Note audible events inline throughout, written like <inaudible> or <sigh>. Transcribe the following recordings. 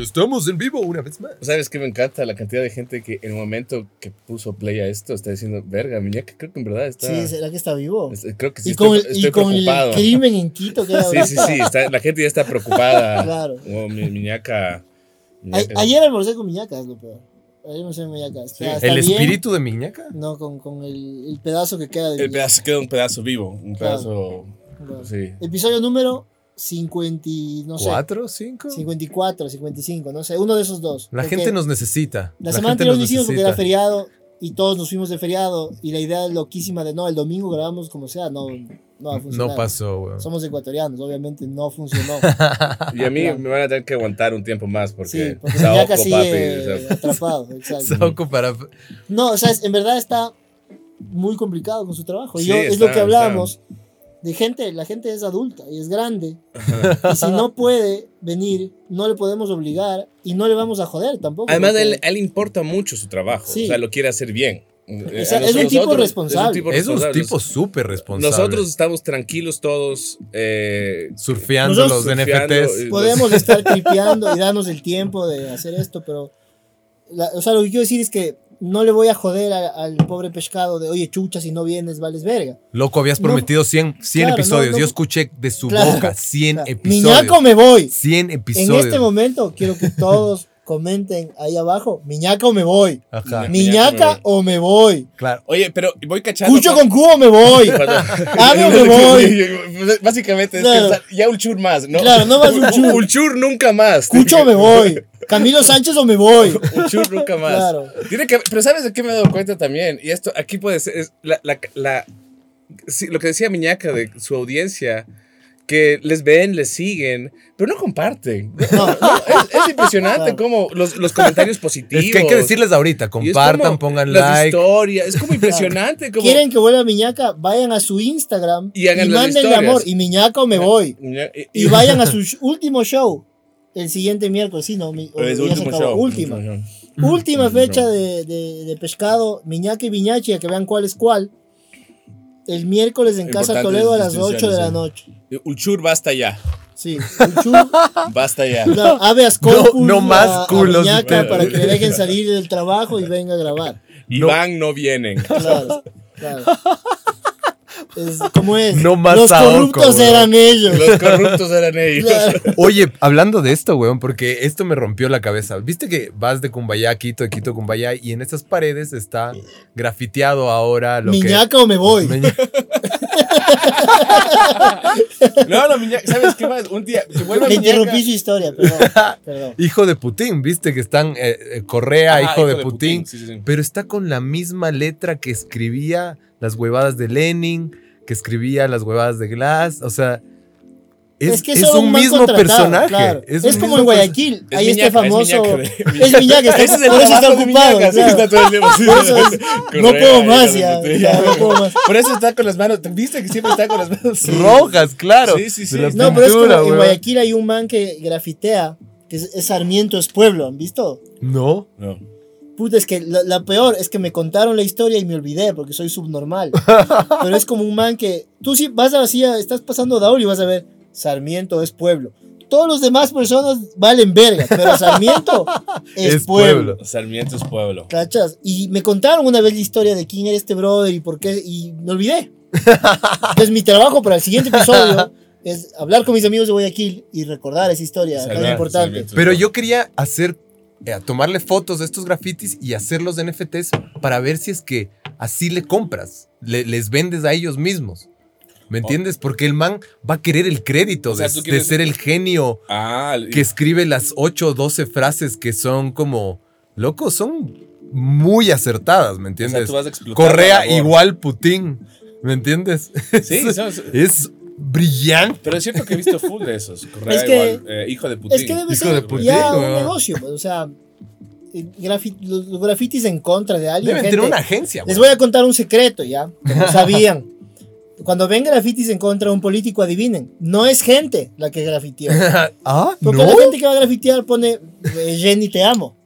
Estamos en vivo una vez más. Pues, ¿Sabes qué me encanta? La cantidad de gente que en el momento que puso play a esto está diciendo, verga, mi ñaca, creo que en verdad está. Sí, ¿será que está vivo? es- Creo que sí, y con, estoy, el- estoy y con preocupado. <laughs> el crimen <laughs> en Quito que hay Sí, ahorita. sí, sí, está- la gente ya está preocupada. <laughs> Claro. Como mi, mi ñaca. mi A- ñaca- ayer almorcé con miñacas, lo peor. Ayer almorcé con miñacas. Está- está ¿El bien. espíritu de Miñaca? No, con, con el, el pedazo que queda de El pedazo queda un pedazo vivo. Un Un pedazo. pedazo. Miñaca. Sí. Episodio número 50, y- no sé, ¿Cuatro? ¿Cinco? 54, 55, no sé, uno de esos dos. La Porque gente nos necesita. La semana anterior nos no hicimos porque necesita. era feriado y todos nos fuimos de feriado y la idea loquísima de no, el domingo grabamos como sea, no, no va a funcionar. No pasó, weón. <laughs> pues, Somos ecuatorianos, obviamente no funcionó. Y a <laughs> mí Claro. me van a tener que aguantar un tiempo más porque, sí, porque está Miñaca oco, sigue papi, o sea, <laughs> atrapado, exacto. Saoko para... No, o sea, es- en verdad está muy complicado con su trabajo. Y Sí, yo, es lo está- que hablábamos de gente, la gente es adulta y es grande. Y si no puede venir, no le podemos obligar y no le vamos a joder tampoco. Además, a porque- él, a él importa mucho su trabajo. Sí. O sea, lo quiere hacer bien. O sea, es un tipo responsable. Es un responsable. tipo súper responsable. Nosotros estamos tranquilos todos. eh, Surfeando Nosotros- los Surfeando, NFTs. eh, <laughs> podemos estar tripeando y darnos el tiempo de hacer esto, pero. la- o sea, lo que quiero decir es que no le voy a joder a- al pobre pescado de, oye, chucha, si no vienes, vales verga. Loco, habías No. prometido 100, 100 Claro, no, episodios. no. Yo escuché de su Claro. boca 100 O sea, episodios. Miñaco, me voy. 100 En episodios. este momento quiero que todos comenten ahí abajo, Miñaco, me voy. Ajá, Mi- Miñaca Miñaca, o me voy. claro. Oye, pero voy cachando. Cucho <laughs> con cubo me voy. Ave o me voy. Básicamente, es Claro. pensar, ya un chur más, ¿no? Claro, no más un chur. Un chur nunca más. <laughs> Cucho o me voy. Camilo Sánchez o <laughs> me voy. Un chur nunca más. Claro. Tiene que, pero ¿sabes de qué me he dado cuenta también? Y esto aquí puede ser, es la, la- la- sí, lo que decía Miñaca de su audiencia, que les ven, les siguen, pero no comparten. <laughs> No. Es, es impresionante Claro. cómo los, los comentarios positivos. <laughs> Es que hay que decirles ahorita. y es Compartan, como pongan las like. historias, es como <laughs> impresionante. Como, ¿Quieren que vuelva Miñaca? Vayan a su Instagram Y hagan las mándenle historias. amor. Y Miñaca o me voy. Miña- y- Y vayan a su sh- último show. El siguiente miércoles, sí, no, mi- o- Es ya se último acabó. show. Última. Última fecha de, de- de pescado, Miñaca y Viñachi, a que vean cuál es cuál. El miércoles en Casa Importantes Toledo a las distinciones, 8 de la sí. noche. Ulchur, basta <laughs> ya. Sí, el chu- <laughs> Basta ya. Claro, habeas No- corpus no más a- a culos. Viñaca para que le dejen salir del trabajo y venga a grabar. Iván no vienen. <laughs> Claro, claro. Es como es. No más Los Saoko, corruptos güey. eran ellos. Los corruptos eran ellos. Claro. Oye, hablando de esto, weón, porque esto me rompió la cabeza. Viste que vas de Cumbayá a Quito, de Quito a Cumbayá, y en estas paredes está grafiteado ahora <laughs> lo Miñaca o me que. <laughs> voy. Miñaca. No, no, Miñaca. ¿Sabes qué más? Un día. Que <laughs> vuelva Le Miñaca. interrumpí su historia, <laughs> perdón. perdón. Hijo de Putin, viste que están eh, eh, Correa, Ajá, hijo, de, Putin, Sí, sí, sí. pero está con la misma letra que escribía las huevadas de Lenin, que escribía las huevadas de Glass, o sea, es, es solo un mal mismo contratado, personaña. claro. Es, un como mismo en Guayaquil. Es Ahí Miñaca, este es famoso. Miñaca de- <laughs> Es Miñaca, <laughs> Ese es el por eso está trabajo de ocupado. Miñaca, sí, claro. está todo el tiempo, sí. Por eso es- no Correa, puedo más hijo ya. de- ya, no puedo más. Por eso está con las manos. ¿Viste que siempre está con las manos personaje. Rojas, claro. Sí, sí, de sí. la No, pero es como pintura, en weón. Guayaquil hay un man que grafitea, que es, es Sarmiento es pueblo, ¿han visto? No. No. Puta, es que la, la peor es que me contaron la historia y me olvidé porque soy subnormal. <laughs> Pero es como un man que tú sí vas así, a- estás pasando Daul y vas a ver Sarmiento es pueblo. Todos los demás personas valen verga, <laughs> pero Sarmiento es, Es pueblo. pueblo. Sarmiento es pueblo. ¿Cachas? Y me contaron una vez la historia de quién era este brother y por qué, y <laughs> me olvidé. Entonces, mi trabajo para el siguiente episodio es hablar con mis amigos de Guayaquil y recordar esa historia tan Sarmiento, importante. Sarmiento. Pero yo quería hacer, eh, tomarle fotos de estos grafitis y hacerlos de NFTs para ver si es que así le compras, le- les vendes a ellos mismos. ¿Me entiendes? Porque el man va a querer el crédito O sea, de, tú de quieres- ser el genio Ah, que escribe las 8 o 12 frases que son como, loco, son muy acertadas, ¿me o sea, entiendes? tú vas a explotar. Correa la labor. igual Putin, ¿me entiendes? Sí, es, son- son- es brillante. pero es cierto que he visto full de esos. Correa Es que- igual. eh, hijo de Putin. Es que debe Hijo ser de Putin, ya un weón. negocio, pues, o sea, el grafi- los los grafitis en contra de alguien. Deben gente. tener una agencia. Les weón. voy a contar un secreto, ¿ya? <laughs> Que no sabían. Cuando ven grafitis en contra de un político, adivinen, no es gente la <laughs> que grafiteó. ah, Porque no. la gente que va a grafitear pone eh, Jenny <laughs> te amo.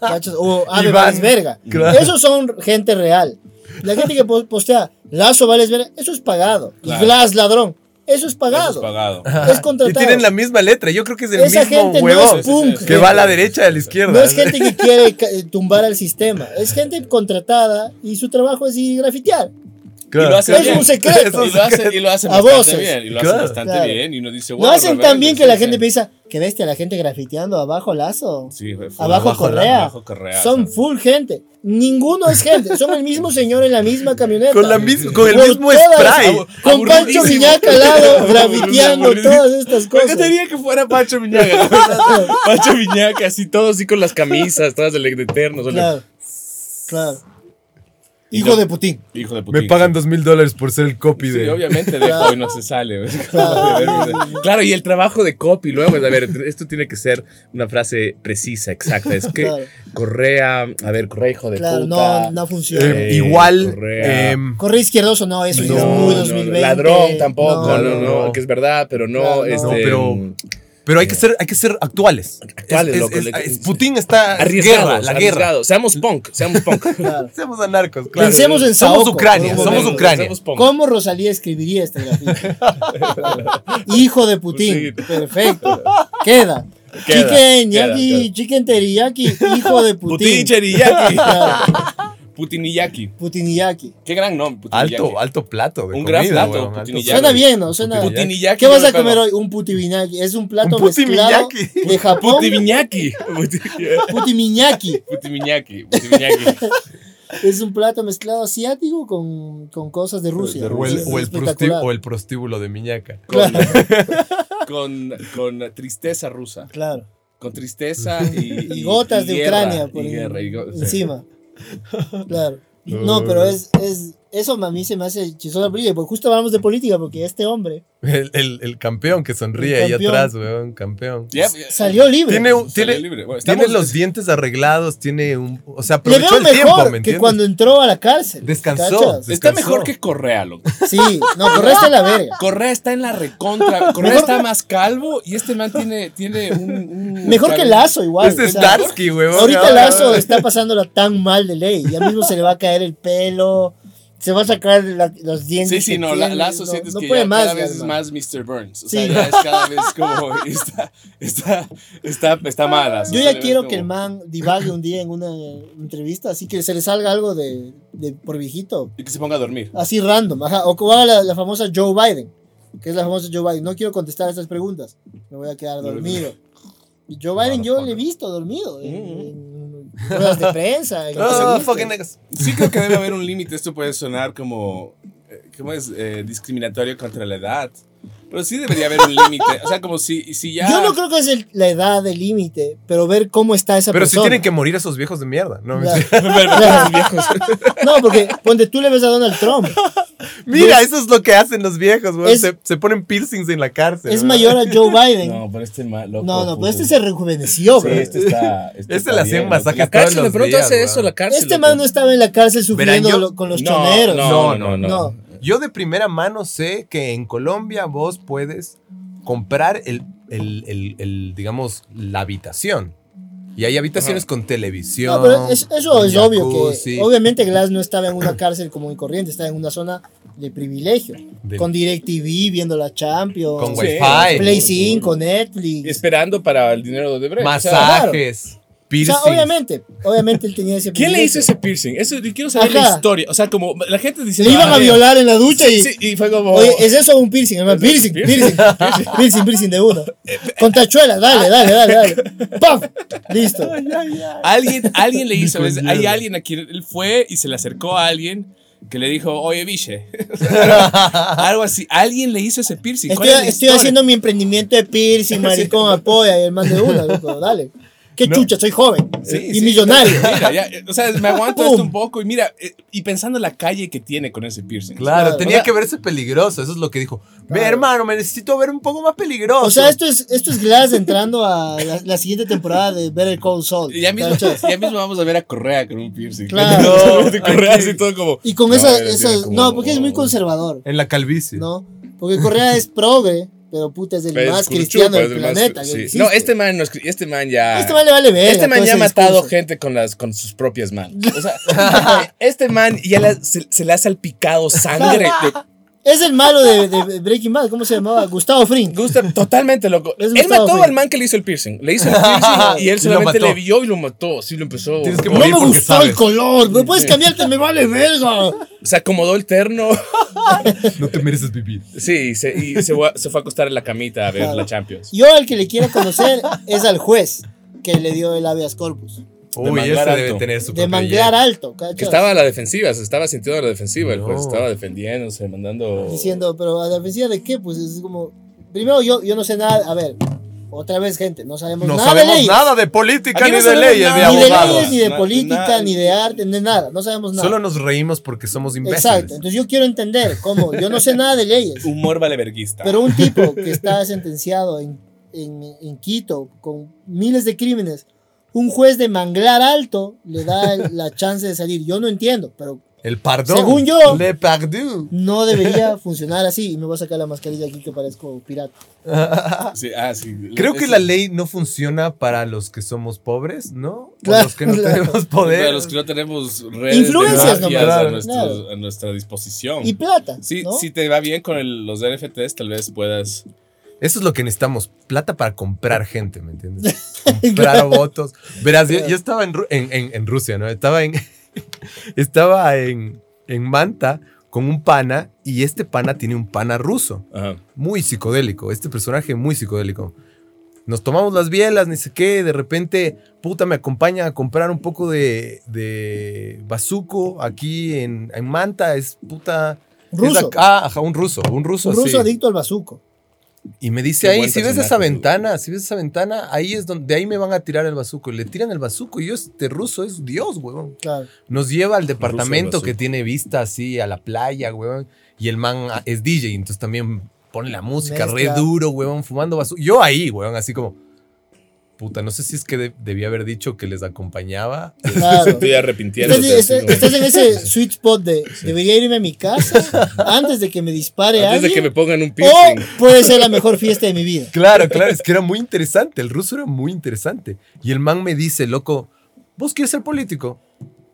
¿Cachas? o Ave Iván. vales verga. Claro. Esos son gente real. La gente que po- postea Lazo vales verga, eso es pagado. Y Claro. Glass ladrón. Eso es pagado. Eso es pagado. Es Y contratado. tienen la misma letra. Yo creo que es el Esa mismo gente no huevón es punk. que va a la derecha y a la izquierda. No es gente que quiere ca- eh, tumbar al sistema. Es gente contratada y su trabajo es ir grafitear. Claro. y lo <laughs> hacen Eso Es bien. un <laughs> secreto. Y lo hacen, y lo hacen A bastante voces. bien. Y lo Claro. hacen bastante Claro. bien. Y uno dice, Lo bueno, hacen tan bien que la gente rebeldes, piensa, que bestia, la gente grafiteando abajo lazo. Sí, güey, fue- Abajo, abajo correa. abajo correa, <laughs> Son sí. full gente. Ninguno es gente. Son el mismo señor en la misma camioneta. Con, la mis- con el Por mismo todas- spray. Con Pancho Aburridísimo. Miñaca al lado, grafiteando Aburridísimo. todas estas Me cosas. encantaría que fuera Pacho Viñaga. Pacho Viñaga, así todos, así con las camisas, todas del de Eternos. o la- Claro. Claro. Y Hijo lo- de Putin. Hijo de <laughs> putín, Me pagan dos mil dólares por ser el copy Sí, de. obviamente dejo y no se sale. <laughs> güey. Claro, y el trabajo de copy luego es, a ver, esto tiene que ser una frase precisa, exacta. Es que <laughs> Claro. Correa, a ver, Correa, hijo de Claro, puta. no, no funciona. Eh, Sí, igual. correa. em, Corre izquierdoso, no, eso ya es No, muy no, 2020. ladrón tampoco, no, no, no, no. que es verdad, pero no, Claro, no. este, No, mm, pero- pero hay que ser, hay que ser actuales. Actuales, Es- loco, es- le- es- Putin está. es guerra, arriesgados, la guerra. arriesgados. Seamos punk, seamos <laughs> punk. Claro. Seamos anarcos, claro. Pensemos en Somos Saoko, Ucrania, por un somos momento. Ucrania. Seamos punk. ¿Cómo Rosalía escribiría esta <laughs> grafía? Hijo de Putin. Putin. Perfecto. Queda. Queda, chicken queda, yaki, queda. chicken teriyaki, hijo de Putin. Putin Cheriyaki. <laughs> Claro, Putiniyaki. Putiniyaki. Qué gran nombre. Putiniyaki. Alto, alto plato de Un comida, gran plato, weón, Putin alto y plato. Suena bien, ¿no? Suena Putiniyaki. ¿Qué vas no a me comer acuerdo. hoy? Un putiviñaki. Es un plato Un mezclado putimiñaki. de Japón. <laughs> Putimiñaki. Putimiñaki. Putimiñaki. Putimiñaki. Es un plato mezclado asiático con, con cosas de Rusia. O el, Es o, el prosti- espectacular. o el prostíbulo de Miñaca. <laughs> Con, con, con tristeza rusa. Claro. Con tristeza y. Y gotas de guerra, Ucrania por y en- guerra, y go- sí. encima. Claro. No, No, no. pero es, es eso a mí se me hace chistoso porque justo hablamos de política porque este hombre El, el- el campeón que sonríe El ahí campeón. atrás, weón, campeón. Ya, ya, salió libre. Tiene, un- salió tiene, libre. Bueno, tiene estamos- los dientes arreglados, tiene un. O sea, Le aprovechó veo el mejor tiempo, ¿me que entiendes? cuando entró a la cárcel. Descansó. ¿cachas? Está descansó. mejor que Correa, loco. Sí, no, correste la verga. Correa está en la <laughs> recontra. Correa está más calvo y este man tiene, tiene un, un- <laughs> Mejor que Lazo igual. Este o es sea, Darsky, weón. ahorita ahora- Lazo está pasándola tan mal de ley. Ya mismo se le va a caer el pelo, se va a sacar la- los Sí, dientes. sí, que no, la- tiene, Lazo no- sientes no que puede ya más, cada vez ya, es hermano. más Mr. Burns. O sea, Sí. ya es cada vez como. <laughs> Está, está, está, está mala. Yo ya quiero que el man divague un día en una entrevista, así que se le salga algo de, de por viejito, Y que se ponga a dormir. así random, ajá, o como haga la, la famosa Joe Biden, que es la famosa Joe Biden, no quiero contestar estas preguntas, me voy a quedar dormido. Y Joe Biden yo le he visto dormido en, en ruedas <laughs> de prensa. en Oh, entrevistas. fucking niggas. Sí creo que debe haber un límite. Esto puede sonar como, eh, ¿cómo es? Eh, discriminatorio contra la edad. Pero sí debería haber un límite. O sea, como si, si ya... Yo no creo que es el- la edad del límite, pero ver cómo está esa Pero si persona. tienen <laughs> que morir esos viejos de mierda. No, Claro, mentira. claro. <laughs> No, porque ponte tú le ves a Donald <laughs> Trump. <laughs> Mira, eso es lo que hacen los viejos, weón. Es- se, se ponen piercings en la cárcel. Es weón. mayor a Joe Biden. No, pero este mal, loco. No, no, puto. pero este se <laughs> rejuveneció, Sí, bro. este está... Este le hacían más masajes La todos cárcel de los pronto días, hace eso, weón. la cárcel. Este loco. man no estaba en la cárcel sufriendo Verán, yo- lo- con los No, choneros. no, no, no. No. Yo de primera mano sé que en Colombia vos puedes comprar el, el- el- el, digamos, la habitación. Y hay habitaciones con televisión. No, pero es- eso con es obvio jacuzzi, que obviamente Glass no estaba en una cárcel como en corriente, estaba en una zona de privilegio, de- con DirecTV viendo la Champions, con Sí, wifi, seguro, Play 5, seguro. Netflix. Esperando para el dinero de Brecht. masajes, o sea, piercings. obviamente, obviamente él tenía ese ¿Quién le hizo privilegio. ese piercing? Eso, yo quiero saber Ajá. la historia. O sea, como la gente dice... Le iban a violar en la ducha Sí, y sí, Oh. y fue como... Oye, ¿es eso o un piercing, hermano? Piercing, piercing, piercing, piercing de uno. Con tachuela, dale, dale, dale, dale. ¡Pam! Listo. Alguien, alguien le hizo, Ni con ¿ves? hay miedo. alguien a quien él fue y se le acercó a alguien que le dijo, oye, Viche. <laughs> <laughs> Algo así. Alguien le hizo ese piercing. ¿Cuál Estoy, es la estoy historia? haciendo mi emprendimiento <laughs> de piercing, maricón, apoya y el más de uno, loco, dale. Qué No. chucha, soy joven Sí, y sí, millonario. Mira, <laughs> ya, eh, o sea, me aguanto Eh, Pum. esto un poco y mira, eh, y pensando la calle que tiene con ese piercing. Claro, Claro. tenía O sea- que verse peligroso, eso es lo que dijo. Ve, Claro. hermano, me necesito ver un poco más peligroso. O sea, esto es, esto es Glass entrando a la, la siguiente temporada de Better Call Saul. Y Ya mismo, ¿cachas? ya mismo vamos a ver a Correa con un piercing. Claro. <laughs> No, Correa así todo como. Y con No, esas, era así, esas- era como- No, porque es muy conservador, en la calvicie. ¿no? Porque Correa es progre, pero puta, es el Es más Pues, curuchupa, cristiano pues, es del el más- planeta. que sí. existe. No, este man, no es cri- este man ya. Este man le vale verga. Este man todo ya ha ese matado discurso. gente con, las, con sus propias <laughs> manos. O sea, este man ya la- se, se le ha salpicado sangre. de- Es el malo de, de Breaking Bad, ¿cómo se llamaba? Gustavo Fring. <laughs> Gusta totalmente loco. Es él Gustavo mató Fring. al man que le hizo el piercing. Le hizo el piercing y Y él lo solamente mató. le vio y lo mató. Sí, lo empezó. Tienes que No me morir porque gustó el sabes. color, no puedes cambiarte, me vale verga. Se acomodó el terno. <laughs> No te mereces vivir. Sí, y se, y se, fue a- se fue a acostar en la camita a ver Claro. la Champions. Yo al que le quiero conocer es al juez que le dio el habeas corpus. Uy, manglar ese alto. debe tener su De propia manglar idea. alto, ¿cachas? Que estaba a la defensiva, se estaba sintiendo a la defensiva. El juez No. estaba defendiéndose, mandando. Diciendo, pero a la defensiva de qué? Pues es como. Primero, yo, yo no sé nada. A ver, otra vez, gente, no sabemos No nada sabemos de leyes. nada de política Aquí ni no de sabemos leyes, nada. de ni de abogados. leyes, ni de Na- política, na- ni de arte, ni de nada. No sabemos nada. Solo nos reímos porque somos imbéciles. Exacto. Entonces, yo quiero entender cómo. Yo no sé nada de leyes. Humor valeverguista. Pero un tipo que está sentenciado en, en- en Quito con miles de crímenes, un juez de manglar alto le da el- la chance de salir. Yo no entiendo, pero El pardón. Según yo. Le pardon. no debería funcionar así. Y me voy a sacar la mascarilla aquí que parezco pirata. Sí, ah, sí. <laughs> Creo que Es- la ley no funciona para los que somos pobres, ¿no? Para Claro, los que <laughs> no claro. tenemos Para poder. los que no tenemos redes Influencias de mafias nomás. a, nuestro- Claro. a nuestra disposición. Y plata. Sí, ¿no? Si te va bien con el- los NFTs, tal vez puedas. Eso es lo que necesitamos. Plata para comprar gente, ¿me <laughs> entiendes? Comprar votos. Verás, yo, yo estaba en, Ru- en- en- en Rusia, ¿no? Estaba en. <laughs> estaba en, en Manta con un pana y este pana tiene un pana ruso. Ajá. muy psicodélico, este personaje muy psicodélico. Nos tomamos las bielas, ni sé qué, de repente, puta, me acompaña a comprar un poco de, de bazuco aquí en, en Manta, es puta... es Ruso. acá, ajá, un ruso, un ruso, Un ruso así. adicto al bazuco. Y me Qué dice ahí, buen si ves personaje, esa dude. ventana, si ves esa ventana, ahí es donde, de ahí me van a tirar el bazuco. Y le tiran el bazuco y yo, este ruso es Dios, huevón. Claro. Nos lleva al Ruso, departamento ruso. que tiene vista así a la playa, huevón. Y el man ah, es DJ, entonces también pone la música Mezcla. re duro, huevón, fumando basura. Yo ahí, huevón, así como. Puta, no sé si es que de- debía haber dicho que les acompañaba. claro. Estoy arrepintiéndote. Estás, así este, estás- como- estás en ese sweet spot de debería irme a mi casa antes de que me dispare Antes de que me alguien, pongan un o piercing. puede ser la mejor fiesta de mi vida. <laughs> Claro, claro, es que era muy interesante. El ruso era muy interesante. Y el man me dice, loco, ¿vos quieres ser político?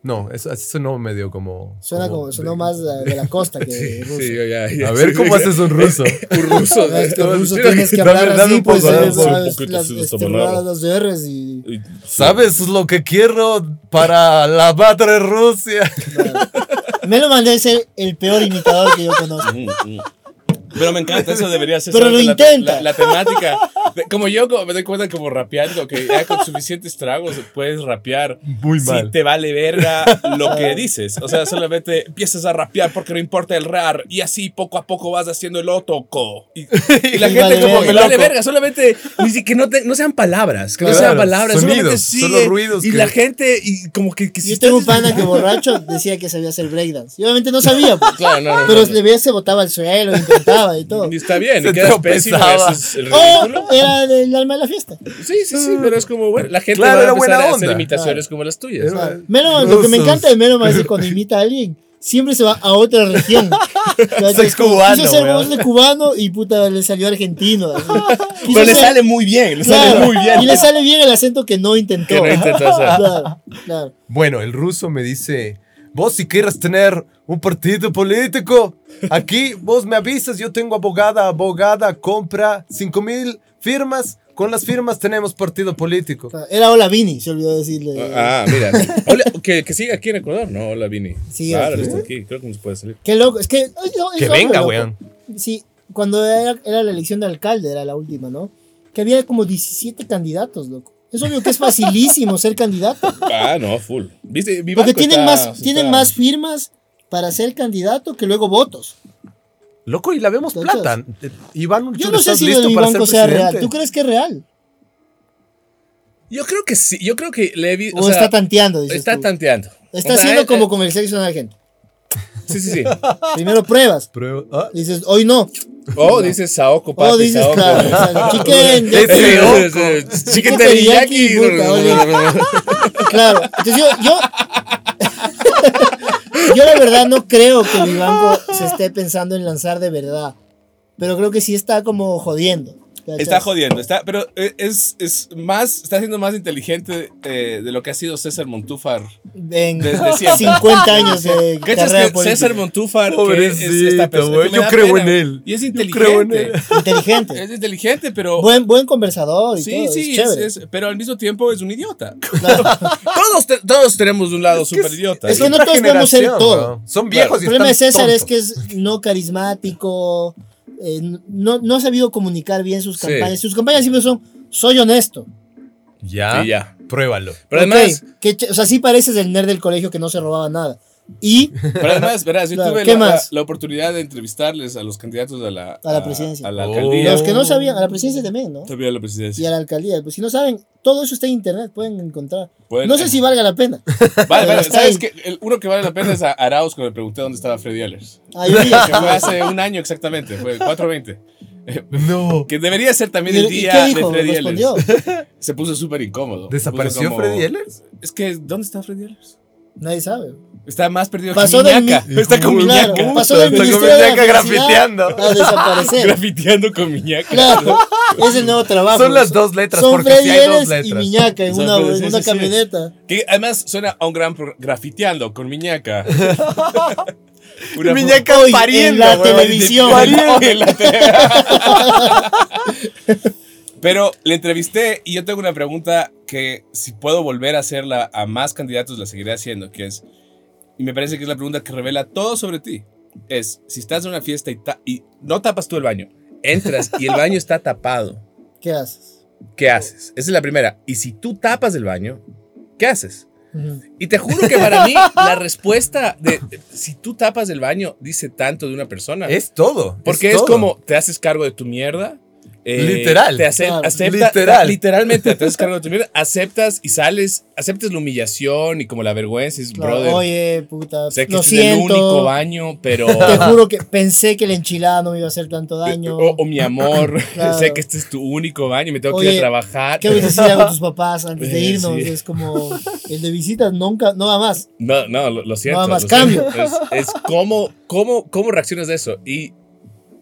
No, eso, eso no me dio como. Suena como, sonó de- más de, de la costa que Sí, ruso. sí, yo ya- ya- A ver cómo <laughs> haces un ruso. Un ruso. <laughs> Ah, es que en ruso Mira, tienes que dame- hablar dame así, un pues, poco, dame eh, un poco. sabes, Un poquito las así, las esto, tecladas, Manuel. las R's y... Y- sí. <laughs> ¿Sabes lo que quiero para la madre Rusia? <laughs> Me lo mandé a ser el peor imitador que yo <laughs> conozco. Mm, mm. Pero me encanta, eso debería ser. Pero lo solamente la- intenta. La, la temática. De- Como yo como me doy cuenta, como rapeando, que ya con suficientes tragos puedes rapear. Muy mal. Si te vale verga <laughs> lo que dices. O sea, solamente empiezas a rapear porque no importa el rar. Y así poco a poco vas haciendo el otoco. <laughs> Y, y la Y gente vale como verga. que Me loco. vale verga, solamente ni si- que no, te- no sean palabras, que no Claro, sean palabras, solamente sonidos, sigue solo ruidos y que- la gente y como que, que si Yo tengo un estás- pana que borracho decía que sabía hacer breakdance. Yo obviamente no sabía, pues, <laughs> Claro, no, no, no, pero no. le veía se botaba al suelo, intentaba y todo. Y está bien, <laughs> y Se quedas pésimo. tropezaba. Eso <laughs> es el O ridículo. era del alma de la fiesta. Sí, sí, sí, pero es como bueno, la gente Claro, va a era empezar buena a hacer onda. imitaciones como las tuyas. Era- Meloman, lo que me Rusos. encanta de Meloman es que cuando imita a alguien, siempre se va a <laughs> otra región. Es cubano, Quiso ser weón. voz de cubano y puta, le salió argentino. <laughs> así. Quiso Pero le ser- sale muy bien, le Claro, sale muy bien. Y le sale bien el acento que no intentó. Que no intentó hacer. Claro, claro. Bueno, el ruso me dice, vos si quieres tener un partido político, aquí vos me avisas, yo tengo abogada, abogada, compra 5 mil firmas, con las firmas tenemos partido político. Claro. Era Olavini, se olvidó decirle. Ah, mira. Hola, que, que siga aquí en Ecuador. No, hola, Vini. Sí, claro, aquí. está aquí. Creo que nos puede salir. Qué loco, es que. ay, no, es Que loco, venga, loco. weón. Sí, cuando era, era la elección de alcalde, era la última, ¿no? Que había como 17 candidatos, loco. Es obvio que es facilísimo <laughs> ser candidato. Ah, no, full. ¿Viste? Mi Porque banco tienen, está- más, está- tienen más firmas para ser candidato que luego votos. Loco, y la vemos Entonces, plata. Eh, Iván Uchur, Yo no sé ¿estás si lo listo de mi para ser banco sea real. presidente? ¿Tú crees que es real? Yo creo que sí. Yo creo que le he visto. O, está tanteando, dices Está tú? tanteando. Está O sea, eh, haciendo él- como él- con el sexo en Argentina. Sí, sí, sí. <laughs> Primero pruebas. Prueba- ah, Dices, hoy no. Oh, dices Saoko, papi. Oh, dices, Saoko. claro. <laughs> o sea, chicken, ya- Ese Saoko. Chicken teriyaki, teriyaki. puta, Claro. Entonces yo, yo. <laughs> yo la verdad no creo que mi banco se esté pensando en lanzar de verdad. Pero creo que sí está como jodiendo. ¿cachas? Está jodiendo, está, pero eh, es, es más, está siendo más inteligente eh, de lo que ha sido César Montúfar. En Desde siempre. 50 años de <laughs> ¿Cachas carrera que política. César Montúfar que es esta Pobrecito, persona? güey, que me yo da creo en él. Y es creo en inteligente. Inteligente. Es inteligente, pero. <laughs> buen, buen conversador y sí, todo, es sí, es- Pues chévere. es- pero al mismo tiempo es un <laughs> idiota. <laughs> todos, te- todos tenemos un lado súper idiota. es que no todos podemos ser todo. Son viejos Claro. y El problema de están César es tontos. que es no carismático, eh, no, no ha sabido comunicar bien sus Sí. campañas. Sus campañas siempre son, soy honesto. Ya, Sí, ya. pruébalo. Pero Ok, además, que ch- o sea, sí pareces el nerd del colegio que no se robaba nada. Y Pero además, verás, yo Claro, tuve ¿qué la, más? la- la oportunidad de entrevistarles a los candidatos a la, A la presidencia. A, la Oh. alcaldía. los que no sabían, a la presidencia también, ¿no? También a la Y a presidencia. la alcaldía. Pues si no saben, todo eso está en internet, pueden encontrar. Pueden- No sé si valga la pena. Vale, Pero vale, está ¿sabes ahí. qué? El- uno que vale la pena es a Arauz, cuando le pregunté dónde estaba Freddy Allers. Ay, yo digo, Que fue hace un año exactamente, fue el 420. Pues No. Que debería ser también el ¿Y, y día qué dijo? de Freddy Respondió. Allers. Se puso súper incómodo. Se ¿Desapareció puso como- Freddy Ehlers? Es que, ¿dónde está Freddy Allers? Nadie sabe. Está más perdido Pasó que del Miñaca. mi- Está con Claro, Miñaca. pasó del Está con ministerio de la Miñaca Felicidad grafiteando. a <laughs> desaparecer. Grafiteando con Miñaca. Claro, es el nuevo trabajo. Son las dos letras, Son porque sí Freddy hay dos Eres y letras. Miñaca en Son una, Freddy, en sí, una sí, sí. camioneta. Que además suena a un gran pro- grafiteando con <laughs> Miñaca. Una Y Miñaca Hoy, en pariendo, la güey. <laughs> televisión. Pariendo. Oye, la tele- Pero le entrevisté y yo tengo una pregunta que si puedo volver a hacerla a más candidatos la seguiré haciendo, que es, y me parece que es la pregunta que revela todo sobre ti, es, si estás en una fiesta y, ta- y no tapas tú el baño, entras y el baño está tapado, ¿Qué haces? ¿qué haces? esa es la primera, y si tú tapas el baño, ¿qué haces? Ujú. Y te juro que para mí la respuesta de si tú tapas el baño dice tanto de una persona. Es todo. porque es, todo. como te haces cargo de tu mierda. eh, Literal. Te ace- Claro. acepta- Literal. Literalmente te haces cargo de <laughs> tu mierda. Aceptas y sales. Aceptas la humillación y como la vergüenza. Y dices, Claro, brother, Oye, puta, sé que lo este es el único siento. baño, pero. <laughs> Te juro que pensé que la enchilada no me iba a hacer tanto daño. O, o mi <laughs> amor, <laughs> Claro. sé que este es tu único baño, me tengo que Oye, ir a trabajar. ¿Qué hubieses ido con tus papás antes de Eh, irnos? sí. Es como el de visitas nunca, no va más. No, no, lo, lo siento. Nada más lo cambio. siento. Es, es <laughs> cómo, cómo, cómo reaccionas a eso. Y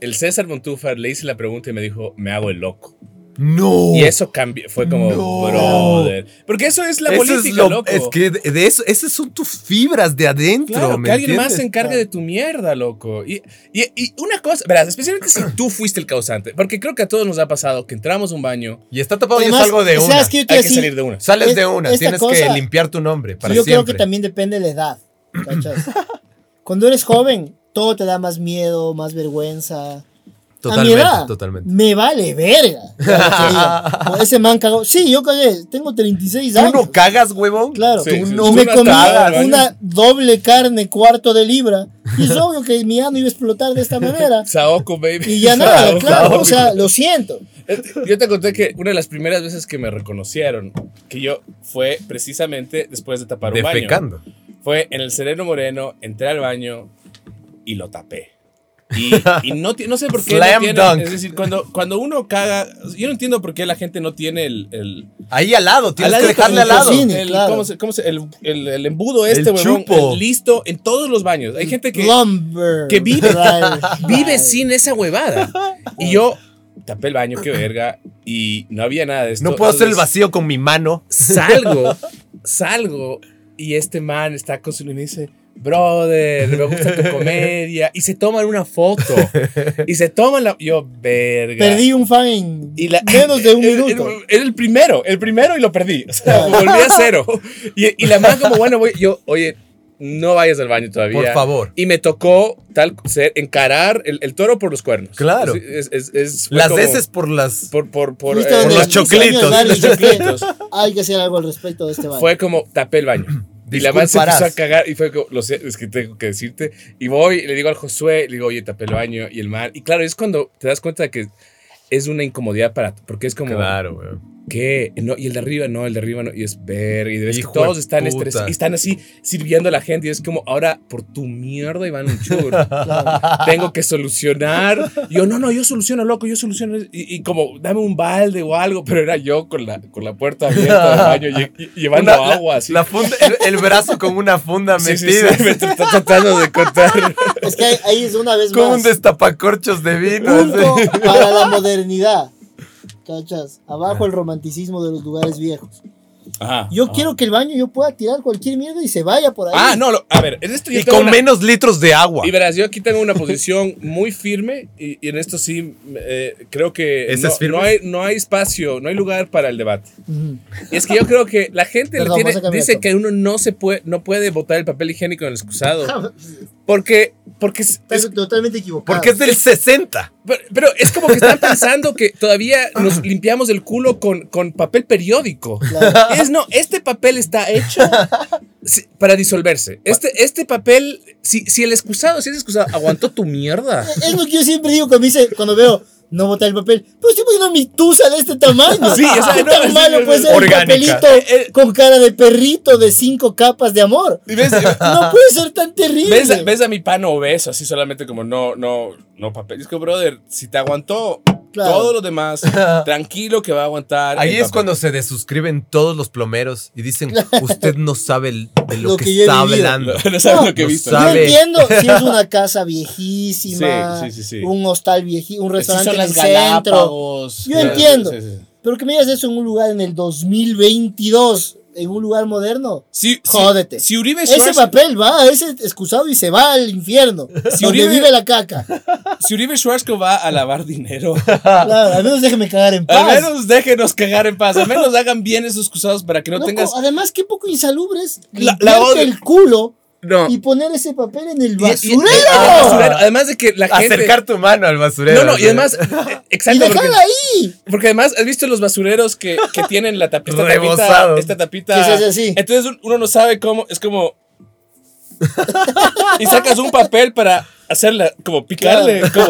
el César Montúfar le hice la pregunta y me dijo, me hago el loco. No. Y eso cambió, fue como, Oh. No. brother. Porque eso es la Eso política, es lo- loco. Es que de de eso, esas son tus fibras de adentro. Claro, ¿me que alguien más se entiendes? encargue de tu mierda, loco. Y, y- y una cosa, verás, especialmente si tú fuiste el causante, porque creo que a todos nos ha pasado que entramos a un baño, Y está tapado y Además, es algo de una. ¿sabes qué? Yo te hay iba a que decir, salir de una. Sales Es- de una, esta tienes que cosa- limpiar tu nombre para Yo creo siempre. que también depende de la edad. <laughs> ¿cachas? Cuando eres joven, todo te da más miedo, más vergüenza. a mi edad, Totalmente, totalmente. Me <laughs> vale verga. Claro, te digo. Ese man cagó. Sí, yo cagué. Tengo 36 Tú años. no cagas, huevón. Claro. Sí, Tú sí, no y me comí cagas. una doble carne cuarto de libra. Y es obvio que mi ano iba a explotar de esta manera. Saoko, baby. <laughs> Y ya nada, Saoko, claro. O baby. sea, lo siento. Yo te conté que una de las primeras veces que me reconocieron Que yo fue precisamente después de tapar un baño. Defecando. Fue en el Sereno Moreno, entré al baño y lo tapé. Y, y no, ti- no sé por qué. no Slam tienen- dunk. Es decir, cuando, cuando uno caga, yo no entiendo por qué la gente no tiene el. el Ahí al lado, tienes al que lado dejarle al como lado. el- cocina. el, claro. ¿cómo se- cómo se- el- el- el embudo este, El huevón, chupo. el listo en todos los baños. Hay gente que Lumber. que vive- Right. vive Right. sin esa huevada. <laughs> Y yo tapé el baño, qué verga, y no había nada de esto. No puedo hacer el Entonces, vacío con mi mano. Salgo, salgo, y este man está con su y me dice, brother, me gusta tu comedia, y se toman una foto, y se toman la... Yo, verga. Perdí un fan en Y la- <laughs> menos de un <laughs> era- minuto. Era, era el primero, el primero y lo perdí. O sea, volví a cero. Y, y la man como, bueno, voy, yo, oye, no vayas al baño pues todavía. Por favor. Y me tocó tal ser, encarar el, el toro por los cuernos. Claro. Es- es- es- fue Las como veces por las. Por, por, por, Justo eh, donde los el diseño choclitos. de Dali Los dice, choclitos. Hay que hacer algo al respecto de este baño. fue como tapé el baño. <clears throat> Y la man se Disculparás. empezó a cagar y fue como, lo sé, es que tengo que decirte. Y voy, y le digo al Josué, le digo, oye, tapé el baño y el man. Y claro, es cuando te das cuenta que es una incomodidad para, porque es como, Claro, weón. ¿Qué? No, y el de arriba no, el de arriba no. Y es ver, y ves que Hijo de todos están puta. estresados. Y están así sirviendo a la gente. Y es como, ahora por tu mierda, Iván <laughs> Unchur. tengo que solucionar. Y yo, no, no, yo soluciono, loco, yo soluciono. Y, y como, dame un balde o algo. Pero era yo con la, con la puerta abierta del <laughs> baño y, y llevando Una- la- agua. así. la funda- el, el brazo con una <laughs> funda Sí, sí, metida. sí, <laughs> me está tratando de contar. Es que ahí- ahí es una vez Con un <laughs> más. destapacorchos de vino. Punto para la modernidad. ¿Cachas? Abajo el romanticismo de los lugares viejos. Ajá. Yo ajá. quiero que el baño yo pueda tirar cualquier mierda y se vaya por ahí. Ah, <laughs> no, lo- a ver, en esto yo Y tengo con una- menos litros de agua. Y verás, yo aquí tengo una posición muy firme y, y en esto sí eh, creo que ¿Esa no, es firme? no hay, no hay espacio, no hay lugar para el debate. Ujú. Y es que yo creo que la gente le Perdón, tiene- vamos a cambiar dice esto. que uno no se puede no puede botar el papel higiénico en el <laughs> excusado porque porque es- Estás es- totalmente equivocado. Porque es del 60. pero, pero es como que están pensando que todavía nos limpiamos el culo con, con papel periódico. Claro. Es no, este papel está <laughs> hecho si- para disolverse. Este, este papel, si, si el excusado, si es excusado, aguantó tu mierda. Es lo que yo siempre digo cuando, dice, cuando veo no botar el papel. Pues Pero estoy poniendo mi tusa de este tamaño. Sí, o sea, ¿Qué no, tan sí, malo no, puede no. ser Orgánica. el papelito con cara de perrito de cinco capas de amor? Eh, ¿Y ves? <laughs> No puede ser tan terrible. ¿Ves, a- ves a mi pan obeso así solamente como no, no, no papel? Es que, brother, si te aguantó Claro. todo lo demás, <laughs> tranquilo que va a aguantar. Ahí el es papel. cuando se desuscriben todos los plomeros y dicen, usted no sabe el- de lo, Lo que, que yo he está vivido". hablando. <laughs> No, no sabes No, lo que he no visto. sabe. Yo entiendo si <laughs> es una casa viejísima, Sí, sí, sí, sí. un hostal viejísimo, un Sí, son restaurante en el las centro. Galápagos. Yo Sí, entiendo. sí, sí. Pero que me digas eso en un lugar en el 2022, en un lugar moderno. Si, si- Jódete. Si <laughs> Uribe Ese Schwarz, papel va a ese excusado y se va al infierno. Si donde Uribe- vive la caca. si Uribe Schwarzko va a lavar <laughs> dinero, Claro, al menos déjeme cagar en al paz. menos déjenos cagar en paz. Al <laughs> menos hagan bien esos cruzados para que no Loco, tengas. Además, qué poco insalubre es La- la limpiarte odio. el culo No. y poner ese papel en Y- el y- basurero. ah, basurero. Además de que la gente. Acercar tu mano al basurero. No, no, y ¿sabes? además, eh, Y exacto, porque, dejarla <laughs> ahí. porque además, ¿has visto los basureros que, que tienen la tapita? Esta tapita, Rebozados. esta tapita- Que se hace así. Entonces un- uno no sabe cómo. Es como. y sacas un papel para hacerla, como picarle, como.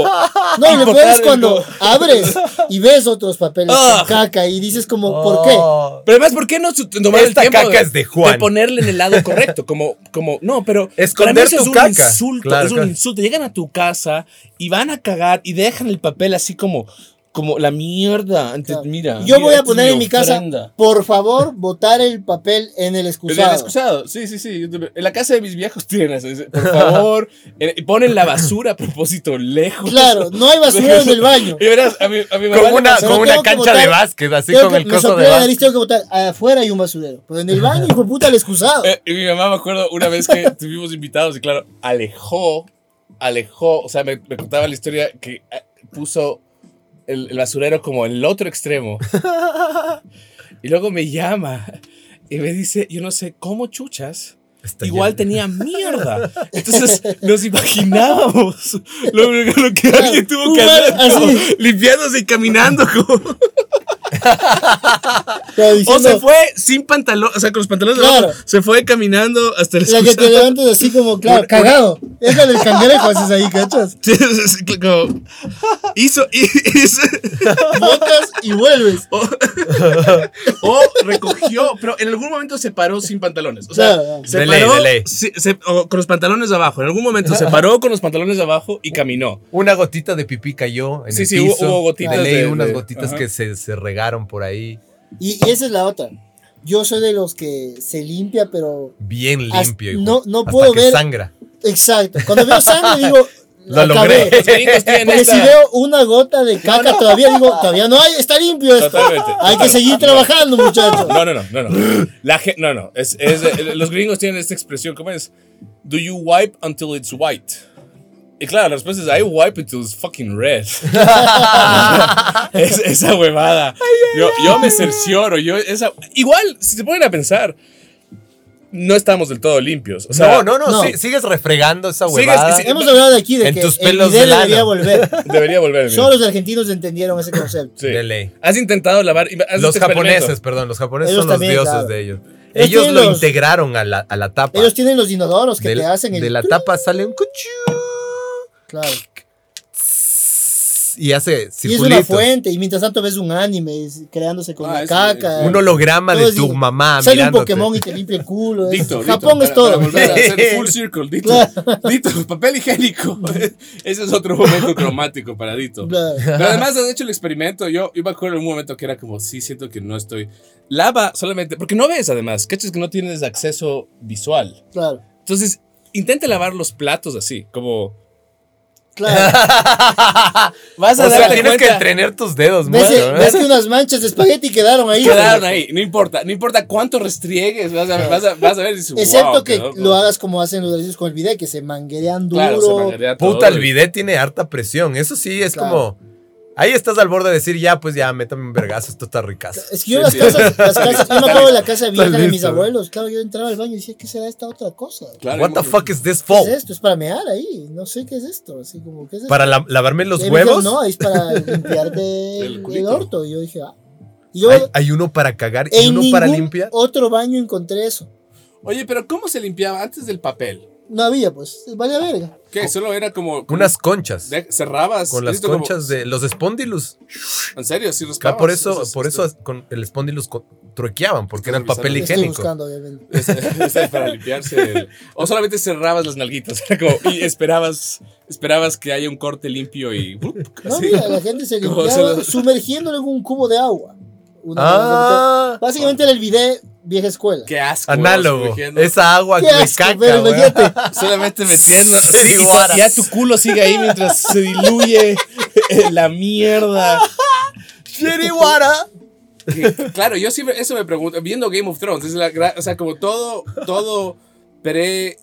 No, lo peor botar es el cuando go- abres y ves otros papeles Ah. con caca y dices como, ¿por qué? Oh. Pero además, ¿por qué no su- tomar el Esta tiempo caca es de Juan. ponerle en el lado correcto? Como, como, no, pero Esconder para mí eso tu es un caca. insulto, Claro, es un claro. insulto. Llegan a tu casa y van a cagar y dejan el papel así como, como la mierda. Ante- Claro. mira, Yo mira, voy a esta es poner en mi casa, ofrenda. por favor, botar el papel en el El del excusado. excusado, sí, sí, sí. yo también- En la casa de mis viejos tienen eso. dice, Por favor, eh, ponen la basura a propósito lejos. Claro, no hay basura en el baño. <laughs> Y verás, a mi, a mi mamá. Con le una, pasó- con no una tengo que cancha de botar- básquet, así Tengo con que- el me coso sorprende de la básquet. nariz, tengo que botar. Afuera hay un basurero, pero en el baño, hijo de puta, el excusado. eh, y mi mamá me acuerdo una vez que tuvimos invitados y claro, alejó, alejó, o sea, me, me contaba la historia que eh, puso el, el basurero como el otro extremo. Y luego me llama y me dice, yo no sé cómo chuchas. Está Igual lleno. tenía mierda. <laughs> Entonces nos imaginábamos lo, lo que alguien tuvo que Humano, hacer como así. limpiándose y caminando como- Pero O diciendo, se fue sin pantalón, o sea, con los pantalones de Claro. abajo, se fue caminando hasta el La que te excusado. levantas así como, claro, cagado. Es la del cangrejo, haces ahí, ¿cachas? <laughs> Sí, sí, sí, como- hizo, <laughs> hizo- Botas y vuelves. o, o recogió, pero en algún momento se paró sin pantalones. O sea, Claro, se De ley, paró de ley. sí, se- o con los pantalones abajo. En algún momento se paró con los pantalones abajo y <laughs> caminó. Una gotita de pipí cayó en Sí, el sí, hubo- piso. hubo gotitas De ley, de- unas de- gotitas ajá. que se, se regaron por ahí. Y, y esa es la otra. Yo soy de los que se limpia, pero. Bien Hasta- limpio. hijo. no- no Hasta puedo que ver- sangra. Exacto. Cuando veo sangre, digo. Lo acabé. logré. Los gringos tienen Porque si esta- veo una gota de caca, todavía digo, todavía no hay, está limpio esto. Totalmente. Hay que seguir trabajando, muchachos. No, no, no, no, no. La ge- no, no. Es, es- eh, los gringos tienen esta expresión, ¿cómo es? Do you wipe until it's white? Y claro, la respuesta es I wipe until it's fucking red. <laughs> Es- esa huevada. Yo, yo me cercioro. Yo esa, igual, si se ponen a pensar, no estamos del todo limpios. O sea, no, no, no, no. sí, sigues refregando esa Sigues- huevada. sí, Hemos hablado de aquí de En que tus el pelos video de lana. debería volver. Debería volver. mira. Solo los argentinos entendieron ese concepto. Sí. De ley. Has intentado lavar. haz Los este experimento. japoneses, perdón, los japoneses Ellos son los también, dioses claro. de ellos. Ellos Ellos tienen lo los- integraron a la, a la tapa. Ellos tienen los inodoros que de, te hacen el. de la tapa sale un cuchú Claro. y hace Y es una circulitos. fuente, y mientras tanto ves un anime es- creándose con Ah, la es- caca. eh, Un holograma Todo de es tu digo, mamá Sale un mirándote. Pokémon y te limpia el culo. es- Dicto, dicto, Japón es para- todo. para volver <laughs> a hacer full circle, Dito. Dito, papel <laughs> higiénico. Ese es otro momento traumático para Dito. Claro. Pero además han hecho el experimento. Yo, yo me acuerdo en un momento que era como, sí, siento que no estoy. Lava solamente, porque no ves además, cachas que no tienes acceso visual. <laughs> Claro. Entonces, intenta lavar los platos así, como Claro. Vas a O sea, darte tienes que cuenta- entrenar tus dedos, Ves, mucho, ¿eh? ves que unas manchas de espagueti quedaron ahí. Quedaron güey. ahí, no importa, no importa cuánto restriegues, vas a, vas a, vas a ver. y dices, Excepto "Wow, que quedó como-". lo hagas como hacen los ejercicios con el bidet, que se manguerean duro. Claro, se manguerea todo, Puta, el güey. bidet tiene harta presión. Eso sí, es Claro. como. Ahí estás al borde de decir, ya, pues ya, métame un vergazo, esto está ricazo. Es que yo Sí, las sí. casas, las <laughs> casas, yo me acuerdo de la casa vieja de mis listo, güey. abuelos. Claro, yo entraba al baño y decía, ¿qué será esta otra cosa? ¿Qué Claro, What the y- fuck is this es for? esto? Es para mear ahí. No sé qué es esto. Así como, ¿qué es esto? ¿Para la- lavarme los Y me huevos? dijeron, no, es <laughs> para limpiarte El el, culito. orto. Y yo dije, ah. Y yo hay, hay uno para cagar y en uno ningún para limpiar. otro baño encontré eso. Oye, pero ¿cómo se limpiaba antes del papel? No había, pues. Vale verga. Ah, ¿Qué? Solo era como. como- Oh. Unas conchas. de- cerrabas. Con las listo, como- conchas de los espóndilus. en serio, sí Acá rascabas. por eso, Entonces, por esto- <laughs> eso con el espóndilus co- truequeaban, porque era el Estoy papel Estoy higiénico. buscando, obviamente. <laughs> Esa es para limpiarse. el- o solamente cerrabas las nalguitas. era como- y esperabas, esperabas que haya un corte limpio y. No, así. mira, la <laughs> gente se Como limpiaba solo- sumergiéndolo en un cubo de agua. Una- Ah, Básicamente era el bidet vieja escuela. Qué asco. análogo. ¿no? Esa agua Qué que me asco, pero caca. güey. imagínate, <laughs> Solamente metiendo. <laughs> Sí, guara. ya tu culo sigue ahí mientras se diluye <laughs> la mierda. Chirihuara. Que- <laughs> claro, yo siempre eso me pregunto, viendo Game of Thrones, es la gra- o sea, como todo, todo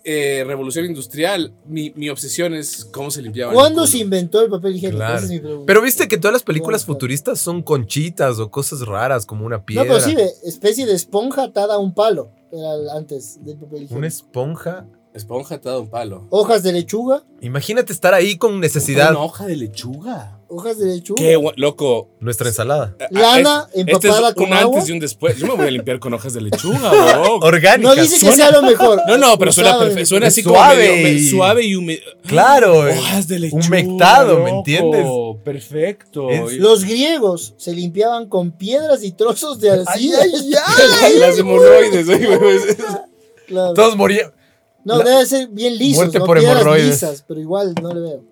pre-revolución industrial, mi, mi obsesión es cómo se limpiaba. ¿Cuándo se inventó el papel higiénico? Claro. Esa es mi pregunta. Pero viste que todas las películas Bueno, claro. futuristas son conchitas o cosas raras como una no, piedra. pero sí, ve, especie de esponja atada a un palo. Era el- antes del papel higiénico. Una esponja. Esponja atada a un palo. Hojas de lechuga. Imagínate estar ahí con necesidad. Una hoja de lechuga. Hojas de lechuga. Qué gua- loco. Nuestra ensalada. Lana Este ah, es empapada con un agua. antes y un después. Yo me voy a limpiar con hojas de lechuga, <laughs> bro. Orgánica. No dice que sea lo mejor. <laughs> No, no, pero suena Cruzado en- perfecto. Suena Es así suave como medio- y- suave y húmedo. Claro. eh. Hojas de lechuga. Humectado, ¿me loco. entiendes? Perfecto. Oh, Es- Los griegos se limpiaban con piedras y trozos de Ay, arcilla. <laughs> ay, ay. <laughs> Las hemorroides, oye, güey. Claro. Todos morían. No, La- debe ser bien lisos, Muerte no por piedras hemorroides. lisas, pero igual no le veo.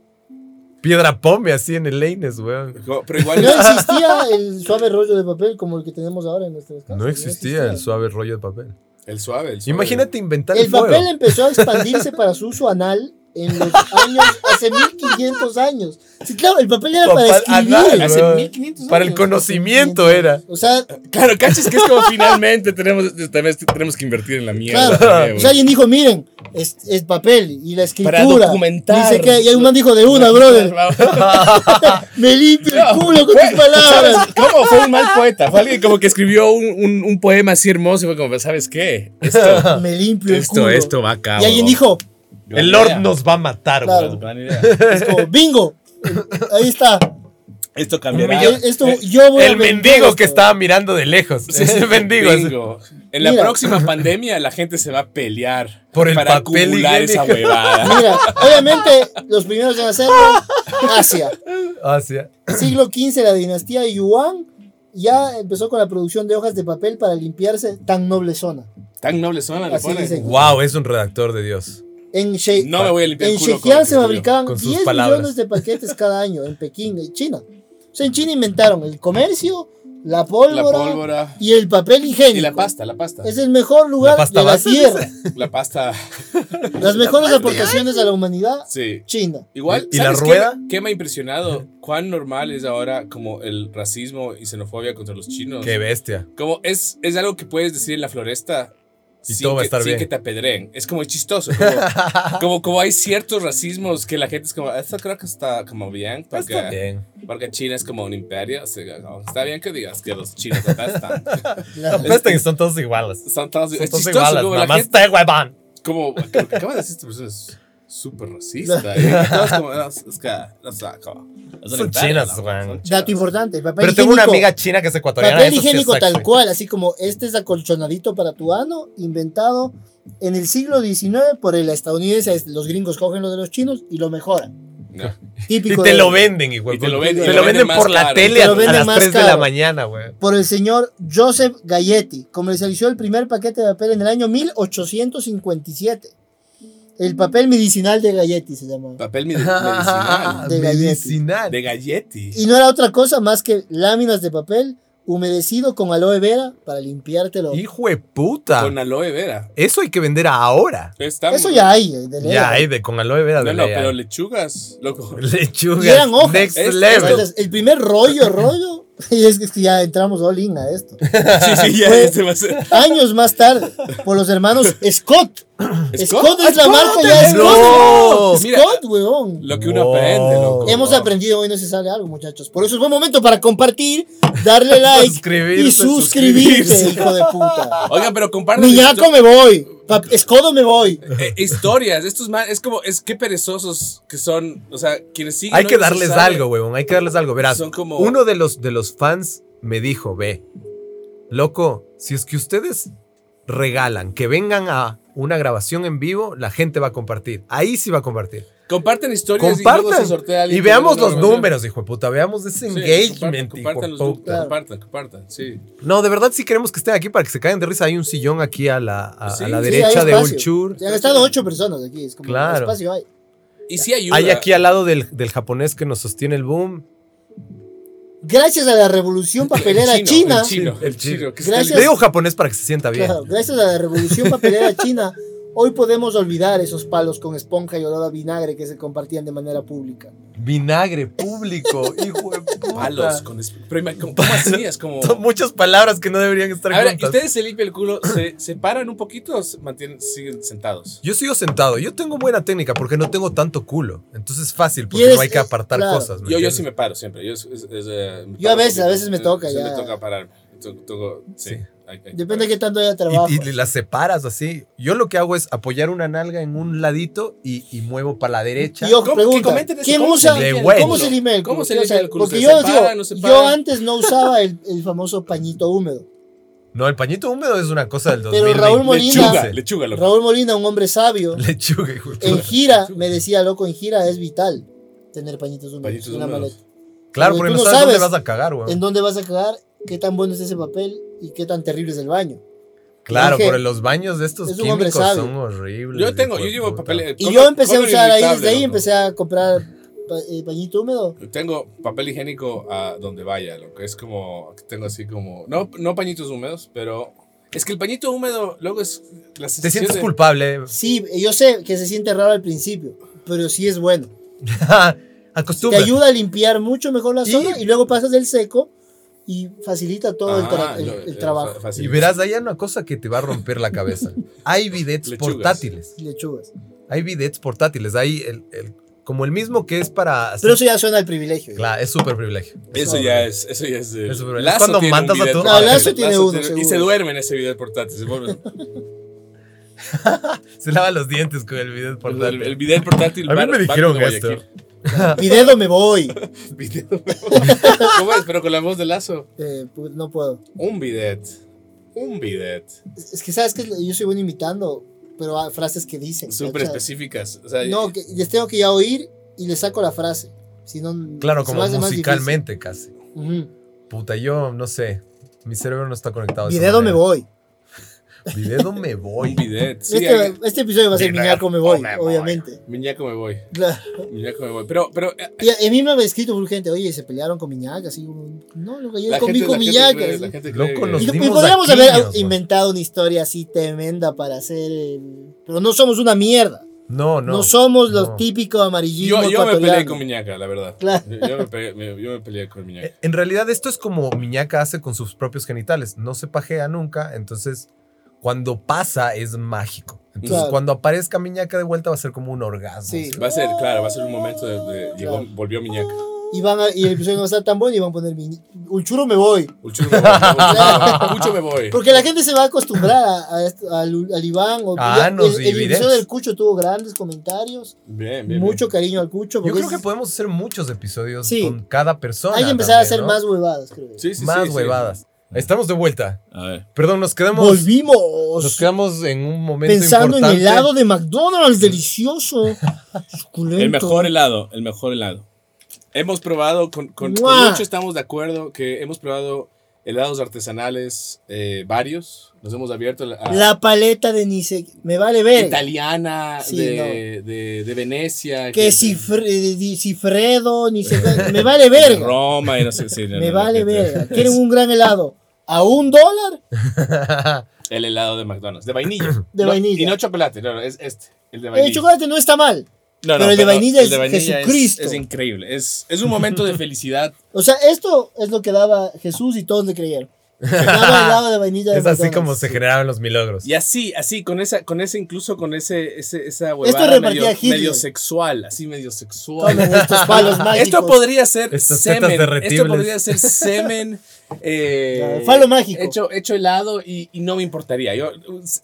Piedra pome así en el Leines, weón. Pero <laughs> igual. No existía el suave rollo de papel como el que tenemos ahora en nuestras casas. No existía el suave rollo de papel. El suave, el suave. Imagínate inventar el, El papel fuego. empezó a <laughs> expandirse para su uso anal en los años, hace 1500 años. Sí, claro, el papel era para Papel escribir. anal, Hace weón. 1500 años. Para el conocimiento era. O sea, Claro, cachas que es como finalmente tenemos, tenemos, tenemos que invertir en la mierda. Claro. también, o güey. sea, alguien dijo, miren, es, es papel y la escritura. Para documentar. Dice que, y un man dijo de una, <laughs> brother. <laughs> Me limpio el culo con tus palabras. <laughs> ¿Sabes ¿Cómo? Fue un mal poeta. Fue alguien como que escribió un, un, un poema así hermoso y fue como, ¿sabes qué? <laughs> Esto, Me limpio el culo. esto, esto va a cabo. Y alguien dijo, El Lord nos va a matar, Claro. weón. es como, bingo. Ahí está. Esto cambiará. Eh, Esto, yo voy a El vender mendigo esto. que estaba mirando de lejos. El mendigo. así. Bingo. En la Mira. próxima pandemia la gente se va a pelear Por el para papel acumular esa higiénico. huevada. Mira, obviamente los primeros en hacerlo, Asia. Ah, sí. Siglo XV, la dinastía Yuan ya empezó con la producción de hojas de papel para limpiarse tan noble zona. Tan noble suena le Así ponen. dicen. Wow, es un redactor de Dios. En She- No me voy a limpiar el En culo con Shekian lo que se escribo. fabricaban Con sus 10 palabras. millones de paquetes cada año en Pekín, en China. O sea, en China inventaron el comercio, la pólvora, La pólvora. y el papel higiénico. Y la pasta, la pasta. Es el mejor La lugar pasta de la base, <laughs> tierra. La pasta. Las mejores aportaciones a la humanidad, Sí. China. Igual, ¿Y la ¿sabes qué rueda? me- Qué, me ha impresionado cuán normal es ahora como el racismo y xenofobia contra los chinos. Qué bestia. Como es, es algo que puedes decir en la floresta Y sin, todo va a que, estar sin bien. que te apedreen. Es como chistoso. <laughs> Como, como, como hay ciertos racismos que la gente es como, esto creo que está como bien. Porque, Está bien. porque China es como un imperio. así que, no, está bien que digas que los chinos apestan. <laughs> <laughs> La- Apestan que son todos iguales. Son todos, Son es todos chistoso. iguales. como Nada la más gente, te huevón. como lo que acaba de decir esta persona es súper racista. <laughs> ¿eh? Y todos como, "No, es que, no sé, como, Son chinas, weón. son chinas". Dato importante, el papel Pero tengo una higiénico- amiga china que es ecuatoriana. eso Papel sí es higiénico sexy. tal cual, así como este es acolchonadito para tu ano, inventado en el siglo XIX por el estadounidense. Es- Los gringos cogen lo de los chinos y <laughs> lo mejoran. No. Y Típico te de- lo venden, igual. Y te lo venden- Te y lo lo venden venden más por la caro. tele Te a lo a venden las más 3 de la caro. mañana, güey. por el señor Joseph Galletti. Comercializó el primer paquete de papel en el año 1857. El papel medicinal de Galletti se llamaba. Papel medi- medicinal. <laughs> De medicinal. De Galletti. Y no era otra cosa más que láminas de papel humedecido con aloe vera para limpiártelo. Hijo de puta. Con aloe vera. Eso hay que vender ahora. Está Eso muy- ya hay. eh, de ley. Ya, hay de con aloe vera No, de no, ley, <laughs> pero hay. lechugas, loco. <laughs> Lechugas. Y eran hojas. Next Es- level. Este, Entonces, el primer rollo, rollo, <laughs> y es que ya entramos all in a esto. Sí, sí, ya Fue- este va a ser. Años más tarde, por los hermanos Scott. Scott, es la marca ya Scott. ¡No! Mira, Scott, weón. Lo que uno Wow. aprende, loco. Hemos aprendido hoy, no se sale algo, muchachos. Por eso es buen momento para compartir, <laughs> darle like Suscribirse, y suscribirse, suscribirse. hijo de puta. Oiga, pero compartan Miñaco me voy. Pap- Escodo me voy. eh, historias. Estos man, es como, es que perezosos que son, o sea, quienes siguen. Hay no que se darles sabe. algo, huevón. Hay que darles algo. Verás, Son como- uno de los, de los fans me dijo, ve, loco, si es que ustedes regalan que vengan a una grabación en vivo, la gente va a compartir. Ahí sí va a compartir. Comparten historias y luego Compartan. se sortea a Y, alguien que veamos no lo los conoce. números, hijo de puta. Veamos ese Sí, este engagement. hijo de compartan, compartan los puta. números, compartan, compartan, sí. No, de verdad sí queremos que estén aquí para que se caigan de risa. Hay un sillón aquí a la, a, a Sí, la sí, derecha hay de espacio. Ulchur. Se han estado ocho personas aquí. Es como Claro. espacio hay. Y sí ayuda. Hay aquí al lado del, del japonés que nos sostiene el boom. Gracias a la revolución papelera El chino, china. Sí, El chino, el el chino, que Gracias. Le digo japonés para que se sienta bien. Claro, gracias a la revolución <laughs> papelera china, hoy podemos olvidar esos palos con esponja y olor a vinagre que se compartían de manera pública. Vinagre público, <laughs> hijo de puta. palos con es- pero ima- ¿cómo, cómo hacías? Como Son muchas palabras que no deberían estar A ver, ¿y juntas. ustedes se limpian el culo, se, se paran un poquito o se mantienen, siguen sentados. Yo sigo sentado. Yo tengo buena técnica porque no tengo tanto culo. Entonces es fácil Y porque eres- no hay que apartar claro. cosas. Yo, yo sí entiendes? me paro siempre. Yo, es- es- es, eh, me Yo paro a un veces- poquito. a veces me toca, Sí, ya. me toca pararme. To- toco- sí, Sí. hay- hay que Depende de qué tanto haya trabajo. Y, y las separas así. Yo lo que hago es apoyar una nalga en un ladito y, y muevo para la derecha. Y yo ¿Cómo? Que pregunto, comenten eso, ¿quién ¿cómo se usa? limpia el ¿Cómo culo? se limpia el culo? ¿Cómo se limpia O sea, el culo? Porque ¿Se yo, separa, digo, no se yo separa? antes no usaba el, el famoso pañito húmedo. No, el pañito húmedo es una cosa del Pero 2020. Raúl eh, Molina- Lechuga, Lechuga, lechuga, loco. Raúl Molina, un <laughs> hombre sabio, Lechuga, hijo de en puta. gira, me decía, loco, en gira es vital tener pañitos húmedos Pañitos en la húmedos. maleta. Claro, Porque porque no tú no sabes, dónde sabes vas a cagar, ¿En weón. dónde vas a cagar? ¿Qué tan bueno es ese papel? ¿Y qué tan terrible es el baño? Claro, Dije, por los baños de estos es un hombre químicos sabio. son horribles. Yo tengo, hijo yo de llevo puta. papel. Y color- yo empecé a color usar ahí, irritable, desde ahí loco. empecé a comprar pa- eh, pañito húmedo. Tengo papel higiénico a donde vaya, lo que es como, tengo así como, no, no pañitos húmedos, pero es que el pañito húmedo luego es la Te sensación sientes de- culpable. Sí, yo sé que se siente raro al principio, pero sí es bueno. <laughs> Te Acostúmbrate. ayuda a limpiar mucho mejor la zona y, luego pasas del seco y facilita todo el, tra- Ah, el- lo- el eh, trabajo. fa- fácil. Y verás, ahí hay una cosa que te va a romper la <laughs> cabeza. Hay bidets Lechugas. portátiles. Lechugas. Hay bidets portátiles. Hay el, el- como el mismo que es para. Pero eso ya suena al privilegio. ya. Claro, es súper privilegio. Eso ya es, eso ya es. de- Eso, pero es Lazo cuando tiene un mandas a bidet tu- portátil. No, Lazo tiene uno, y seguro. se duerme en ese video portátil. se <laughs> vuelve- Se lava los dientes con el bidet el, portátil. el bidet portátil. a mí va- me va dijeron como esto. Guayaquil. <laughs> Mi dedo me voy. Bidet. ¿Cómo es? Pero con la voz de Lazo. Eh, pues, no puedo. Un bidet. Un bidet. Es es que sabes que yo soy bueno imitando, pero hay frases que dicen. Súper ¿cachas? específicas. O sea, No, que les tengo que ya oír y les saco la frase. Si no, Claro, se como me hace más musicalmente casi. difícil. Ujú. Puta, yo no sé. Mi cerebro no está conectado. de Mi esa dedo me manera. voy. Mi dedo me voy. un bidet. Sí, este, hay- este episodio va a ser Diga, Miñaco me voy, me voy. obviamente. Miñaco me voy. Claro. Miñaco me voy. Pero, pero eh, Y a, a mí me había escrito urgente, oye, se pelearon con Miñaca, así, un- no, lo que yo comí con Miñaca. cree, así. la gente Loco, cree que- los Y, y dimos podríamos daquiños, haber man. inventado una historia así tremenda para hacer, el- pero no somos una mierda, No, no. no, somos los no. típicos amarillismo Yo, yo me peleé ecuatoriano. con Miñaca, la verdad. Claro. Yo, yo me peleé, me- yo me peleé con Miñaca. Eh, En realidad esto es como Miñaca hace con sus propios genitales. No se pajea nunca, entonces cuando pasa es mágico. Entonces Claro. cuando aparezca Miñaca de vuelta va a ser como un orgasmo. Sí. Va a ser, claro, va a ser un momento de. de- llegó, Claro. volvió Miñaca. Y, van a- y el episodio no va a estar tan bueno y van a poner mi- un churro me voy. Uchur <laughs> me voy. no, Uchur me voy. Porque la gente se va a acostumbrar a, a esto- al, al Iván. O, Ah, ya- nos el, el divides. episodio del Cucho tuvo grandes comentarios. Bien, bien. mucho cariño al Cucho. Yo porque creo que es- podemos hacer muchos episodios Sí. con cada persona. hay que empezar a hacer también, ¿no? más huevadas, creo. bien. Sí, sí, sí, más sí. huevadas. Estamos de vuelta. A ver. Perdón, nos quedamos, nos Volvimos quedamos en un momento pensando en importante. helado de <laughs> McDonald's, delicioso. suculento. El mejor helado, el mejor helado. Hemos probado, con, con, con ¡Mua! mucho estamos de acuerdo que hemos probado helados artesanales eh, varios. Nos hemos abierto a La paleta de Nice. Me vale ver. italiana Sí, de, de- de Venecia. Que si, Fre- eh, di- si Fredo, ni se- <laughs> Me vale de verga. Roma y no sé. sí, no, <laughs> Me no, no, vale que- verga. Quieren un gran helado. ¿A un dólar? <laughs> El helado de McDonald's, de vainilla. <clears throat> De No, vainilla. Y no chocolate, no, no, es este, el de vainilla. El Eh, chocolate no está mal. No, no, pero el de vainilla es Jesucristo. Es, increíble, es, es un momento de felicidad. O sea, esto es lo que daba Jesús y todos <laughs> le creyeron. Daba helado de vainilla. de Es así McDonald's. como se generaban los milagros. Y así, así, con esa, con ese, incluso con ese, ese esa Esto huevada repartía medio, Hitler. medio sexual, así medio Tomen <laughs> sexual. estos palos mágicos. Esto podría ser Estas tetas semen. Esto derretibles. <laughs> podría ser semen. eh, Ya, falo mágico. Hecho, hecho helado y, y no me importaría. Yo uh, s-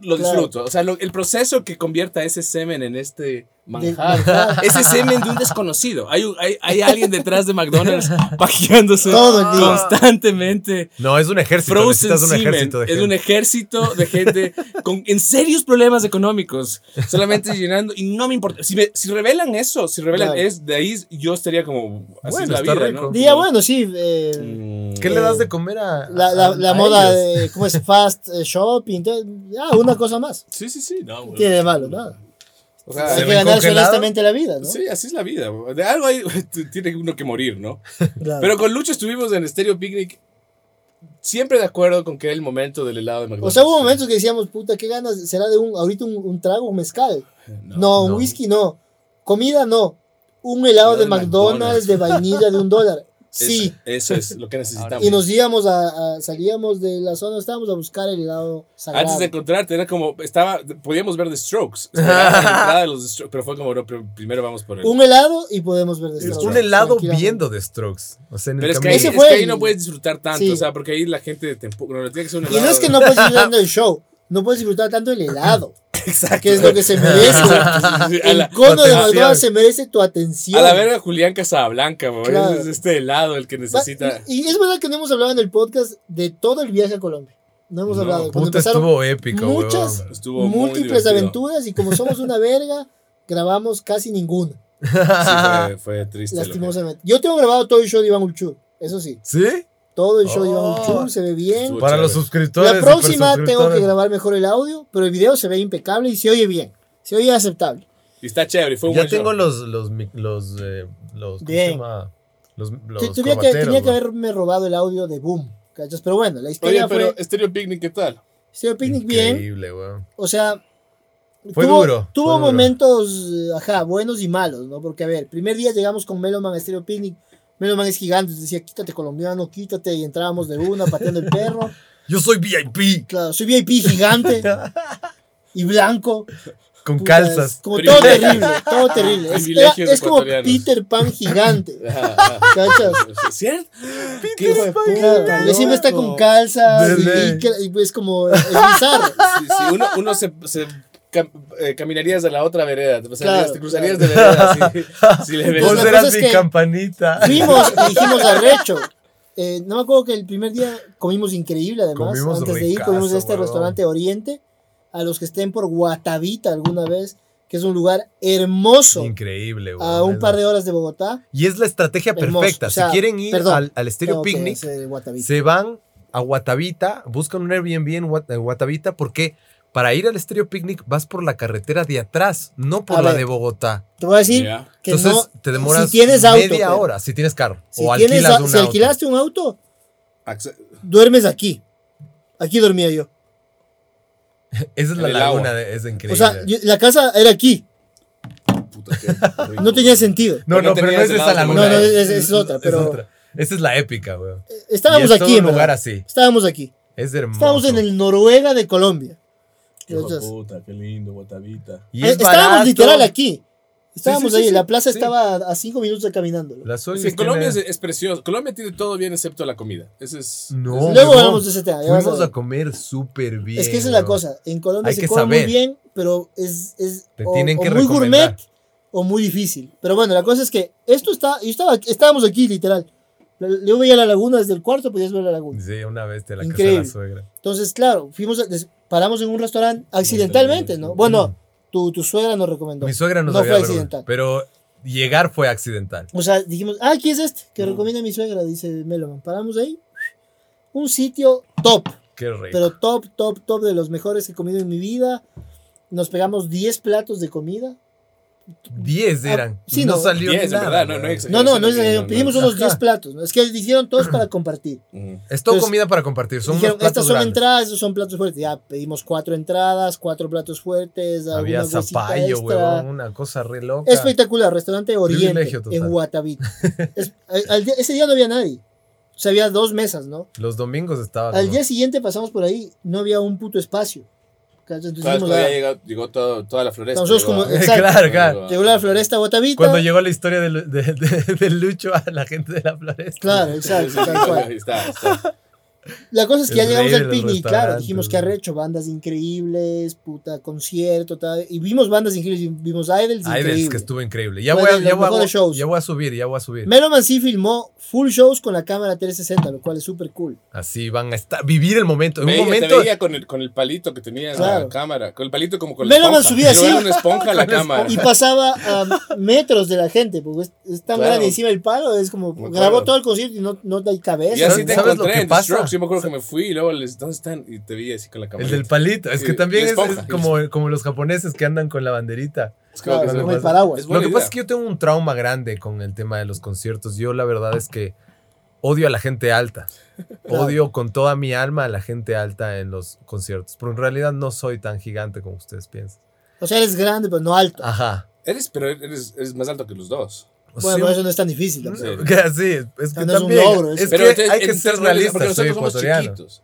lo Claro. disfruto. O sea, lo- el proceso que convierta ese semen en este Del manjar. manjar. Ese semen de un desconocido. Hay, un- hay, hay alguien detrás de <laughs> McDonald's pajeándose Todo el día. constantemente. No, es un ejército. Frozen Necesitas un semen. ejército de es un gente. ejército <laughs> de gente con en serios problemas económicos. Solamente llenando. Y no me importa. Si, me- si revelan eso, si revelan Claro. es de ahí, yo estaría como. Así Bueno, es la está vida, rico. ¿no? Día, bueno, sí. eh, Mm. ¿Qué le das de comer a la la, a- la a moda ellos? de. ¿Cómo es? Fast eh, shopping. entonces, Ah, una cosa más. Sí, sí, sí. No, güey. Tiene de malo, nada. O sea, ¿Se Hay que ven ganarse congelados? honestamente la vida, ¿no? Sí, así es la vida. güey. De algo hay, <laughs> t- tiene uno que morir, ¿no? Claro. Pero con Lucho estuvimos en Stereo Picnic siempre de acuerdo con que era el momento del helado de McDonald's. o sea, hubo momentos que decíamos, puta, ¿qué ganas? ¿Será de un, ahorita un, un trago, un mezcal? No, un no. whisky no. Comida no. Un helado de, Helado de McDonald's, McDonald's. de vainilla de un dólar. Eso- Sí. Eso, es lo que necesitamos. Y nos íbamos a, a- salíamos de la zona, estábamos a buscar el helado sagrado. Antes de encontrarte, era como, estaba, podíamos ver The <laughs> Strokes. Esperaba la entrada de los The Strokes, pero fue como, no, pero primero vamos por el... Un helado y podemos ver de Es Starbucks, un helado tranquilamente. viendo de Strokes. O sea, en el Pero es que, camino. ahí, Ese es fue que ahí el- no puedes disfrutar tanto, Sí. o sea, porque ahí la gente te empu- no, tiene que ser un Y no helado es que de- no puedes <laughs> disfrutar tanto el show, no puedes disfrutar tanto el helado, que <laughs> es lo que se merece. A El la- cono de atención. McDonald's se merece tu atención. A la verga, Julián Casablanca, güey. Claro. Ese Es este helado el que Va- necesita. Y y es verdad que no hemos hablado en el podcast de todo el viaje a Colombia. No hemos No, hablado. Cuando Puta, empezaron estuvo épico, muchas- huevón. Estuvo muy múltiples divertido. aventuras y como somos una verga, grabamos casi <laughs> ninguna, <laughs> Sí, fue, fue triste. lo que- lastimosamente. Yo tengo grabado todo el show de Iván Ulchur, eso sí. ¿Sí? Todo el show de Oh. Iván Ulchur se ve bien. Estuvo Para los chévere. suscriptores. La y próxima tengo que presuscriptores. grabar mejor el audio, pero el video se ve impecable y se oye bien. Se oye aceptable. Y está chévere, fue un Ya buen show. tengo los. Los. mi- Los. eh, los ¿Cómo se Bien. llama? Los. Te- Los. tenía, que, cubateros, tenía que ¿no? haberme robado el audio de Boom, ¿cachas? Pero bueno, la Oye, historia pero fue... Stereo Picnic, ¿qué tal? <laughs> Stereo Picnic bien, Increíble, weón. o sea... Fue tuvo, duro, Tuvo fue duro. momentos, eh, ajá, buenos y malos, ¿no? Porque, a ver, primer día llegamos con Meloman a Stereo Picnic. Meloman es gigante, decía, quítate colombiano, quítate. Y entrábamos de una, pateando el <laughs> perro. Yo soy VIP. Claro, soy VIP <laughs> gigante. Y blanco. Con puta, es calzas. Como todo Privilegios. terrible, todo terrible. Es, Privilegios era- es como ecuatorianos. Peter Pan gigante. <laughs> Ajá, ajá. ¿Cachas? ¿Cierto? ¿Qué hijo de puta? loco. Le siempre está con calzas y, Dele. y que- y es como es bizarro. Sí, sí, uno, uno se, se cam- eh, caminarías a la otra vereda, te, pasarías- Claro, te cruzarías de vereda <laughs> si, si le ves. Vos la cosa eras es mi que- campanita. Fuimos y dijimos arrecho. Eh, no me acuerdo que el primer día comimos increíble además. Comimos Antes de ir ricazo, comimos a este huevón. restaurante Oriente. A los que estén por Guatavita alguna vez, que es un lugar hermoso. <laughs> Increíble, weón. A un es par de verdad. horas de Bogotá. Y es la estrategia Hermoso, perfecta. o sea, si quieren ir perdón, al, al Estéreo Tengo que Picnic, hacer Guatavita. se van a Guatavita, buscan un Airbnb en Guat- en Guatavita, porque para ir al Estéreo Picnic vas por la carretera de atrás, no por A la ver. de Bogotá. Te voy a decir Ya. que Entonces no. te demoras si tienes auto, media pero- hora si tienes carro. Si, o tienes, alquilas a- un si auto. alquilaste un auto, Acce- duermes aquí. Aquí dormía yo. Esa es la en el laguna, agua. de- es increíble. O sea, yo- la casa era aquí. puta, qué rico. No tenía sentido. no, pero no, no pero no tenías es esa helado. laguna. No, no, es- es otra, pero- Esa es la épica, weón. Y Estábamos es todo aquí, en un lugar verdad. así. Estábamos aquí. Es hermoso. Estábamos en el Noruega de Colombia. Hijo de Entonces, eh, puta, qué lindo, Guatavita. Y es estábamos barato. literal aquí. Estábamos sí, ahí, sí, la plaza sí. estaba a cinco minutos de caminando. La Sony Sí, tiene- Colombia es, es precioso. Colombia tiene todo bien excepto la comida. Ese es. No. ese- Luego no. hablamos de ese tema. ya vas a Fuimos ver. a comer súper bien. es que esa es la weón. cosa. En Colombia Hay se que come muy saber. bien, pero es, es Te o, tienen o que muy recomendar. gourmet o muy difícil. Pero bueno, la cosa es que esto está, yo estaba, estábamos aquí literal. Yo veía la laguna desde el cuarto, podías ver la laguna. Sí, una bestia la casa de Increíble. la suegra. Entonces, claro, fuimos, a- des- paramos en un restaurante accidentalmente, ¿no? Bueno, tu, tu suegra nos recomendó. Mm. Mi suegra nos No había fue recomendado, accidental. Pero llegar fue accidental. O sea, dijimos, ah, ¿quién es este? Que recomienda mi suegra, dice Meloman. Paramos ahí, un sitio top, Qué rico. pero top, top, top de los mejores que he comido en mi vida. Nos pegamos 10 platos de comida. 10 eran. Ah, sí, no, no. salió Diez, nada. en verdad, no, no güey. es- No, no, no, es- eh, no, no, no. pedimos unos 10 platos. ¿no? Es que dijeron <clears throat> todos para compartir. Mm. Es todo Entonces, comida para compartir. Son Dijeron, unos platos estas son grandes. entradas, estos son platos fuertes. Ya pedimos cuatro entradas, cuatro platos fuertes, Había alguna cosita zapallo, extra. huevón, una cosa re loca. Espectacular, restaurante Oriente Privilegio total. en Guatavita. Es- al- al día- ese día no había nadie. O sea, había dos mesas, ¿no? Los domingos estaban. <laughs> Al ¿no? día siguiente pasamos por ahí, no había un puto espacio. ¿Cachai? Entonces ¿Sabes? dijimos, Todavía ah, llegó, llegó todo- toda la floresta. Nosotros llegó como- a- <laughs> Exacto. claro, claro. llegó la floresta Guatavita. Cuando llegó la historia del de- de- del Lucho a la gente de la floresta. Claro, exacto, tal cual. Ahí está, ahí <laughs> está. La cosa es que ya El llegamos rey al de los picnic, claro, restaurantes, dijimos ¿no? que arrecho, bandas increíbles, puta, concierto, tal. Y vimos bandas increíbles, vimos Idols Ay, ves, increíble. que estuvo increíble. Ya Fue voy, a, de los ya, voy a, mejores shows. ya voy a subir, ya voy a subir. Meloman sí filmó full shows con la cámara 360, lo cual es súper cool. Así van a estar, vivir el momento. En Veía, un Te momento. veía con el, con el palito que tenía Claro. la cámara. Con el palito como con la Meloman esponja. subía así. Era una esponja a la Con la cámara. Y <laughs> pasaba a metros de la gente, porque es, es tan Claro. grande encima del palo, es como Me grabó acuerdo. todo el concierto y no, no hay cabeza. Y así te ¿Sabes lo encontré que en pasa? The Strokes. Yo me acuerdo que me fui y luego les, ¿dónde están? Y te vi así con la cámara. El del palito. Es que Sí, también es, la esponja. es como, como los japoneses que andan con la banderita. Claro, que se como el pasa. paraguas. Es Lo buena que idea. pasa es que yo tengo un trauma grande con el tema de los conciertos. Yo la verdad es que odio a la gente <laughs> alta. Odio con toda mi alma a la gente alta en los conciertos. Pero en realidad no soy tan gigante como ustedes piensan. O sea, eres grande, pero no alto. Ajá. Eres, pero eres, eres más alto que los dos. O bueno, sea, pero eso no es tan difícil. tampoco. <laughs> Sí. Que así, es que No es un también logro, es- es Pero que entonces- hay que entonces ser no eres- realistas, soy Porque nosotros somos ecuatoriano. chiquitos.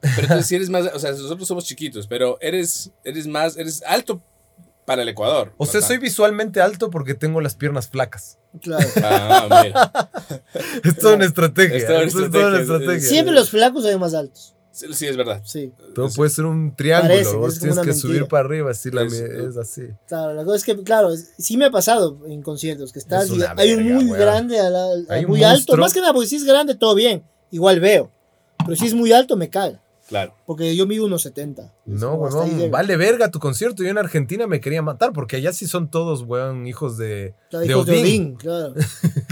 Pero entonces si eres más, o sea, nosotros somos chiquitos, pero eres, eres más, eres alto para el Ecuador. O sea, Ajá. soy visualmente alto porque tengo las piernas flacas. <laughs> Claro. Ah, mira. Es toda una estrategia. Es toda una eso es toda una estrategia, sí. estrategia. Siempre los flacos hay más altos. Sí, sí, es verdad. Sí. Todo puede ser un triángulo. Parece, es vos como tienes que una subir mentira. para arriba, así la Es- mi- es así. Claro, la cosa es que, claro, es- sí me ha pasado en conciertos que estás Es y una hay un verga, muy weón. grande, a la- a Hay un muy alto. monstruo. Más que nada, porque si es grande, todo bien. Igual veo. Pero si es muy alto, me caga. Claro. Porque yo mido unos 70. Es No, como hasta ahí huevón, llego. vale verga tu concierto. Yo en Argentina me quería matar porque allá sí son todos, huevón, hijos de. Claro, hijos de Odín. Odín, claro.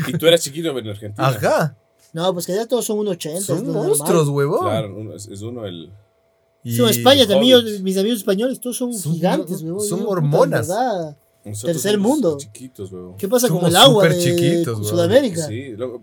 Y tú eras chiquito en Argentina. Ajá, No, pues que ya todos son un 80. es son lo normal. monstruos, huevón. Claro, uno- es, es uno el. Y- Sí, en España también, yo- hobbits. mis amigos españoles, todos son, Son- gigantes, weón. son Yo, puta, hormonas. de verdad. nosotros Tercer somos mundo. Chiquitos, huevón. ¿Qué pasa con Somos el agua de superchiquitos, weón. Sudamérica? Sí, luego-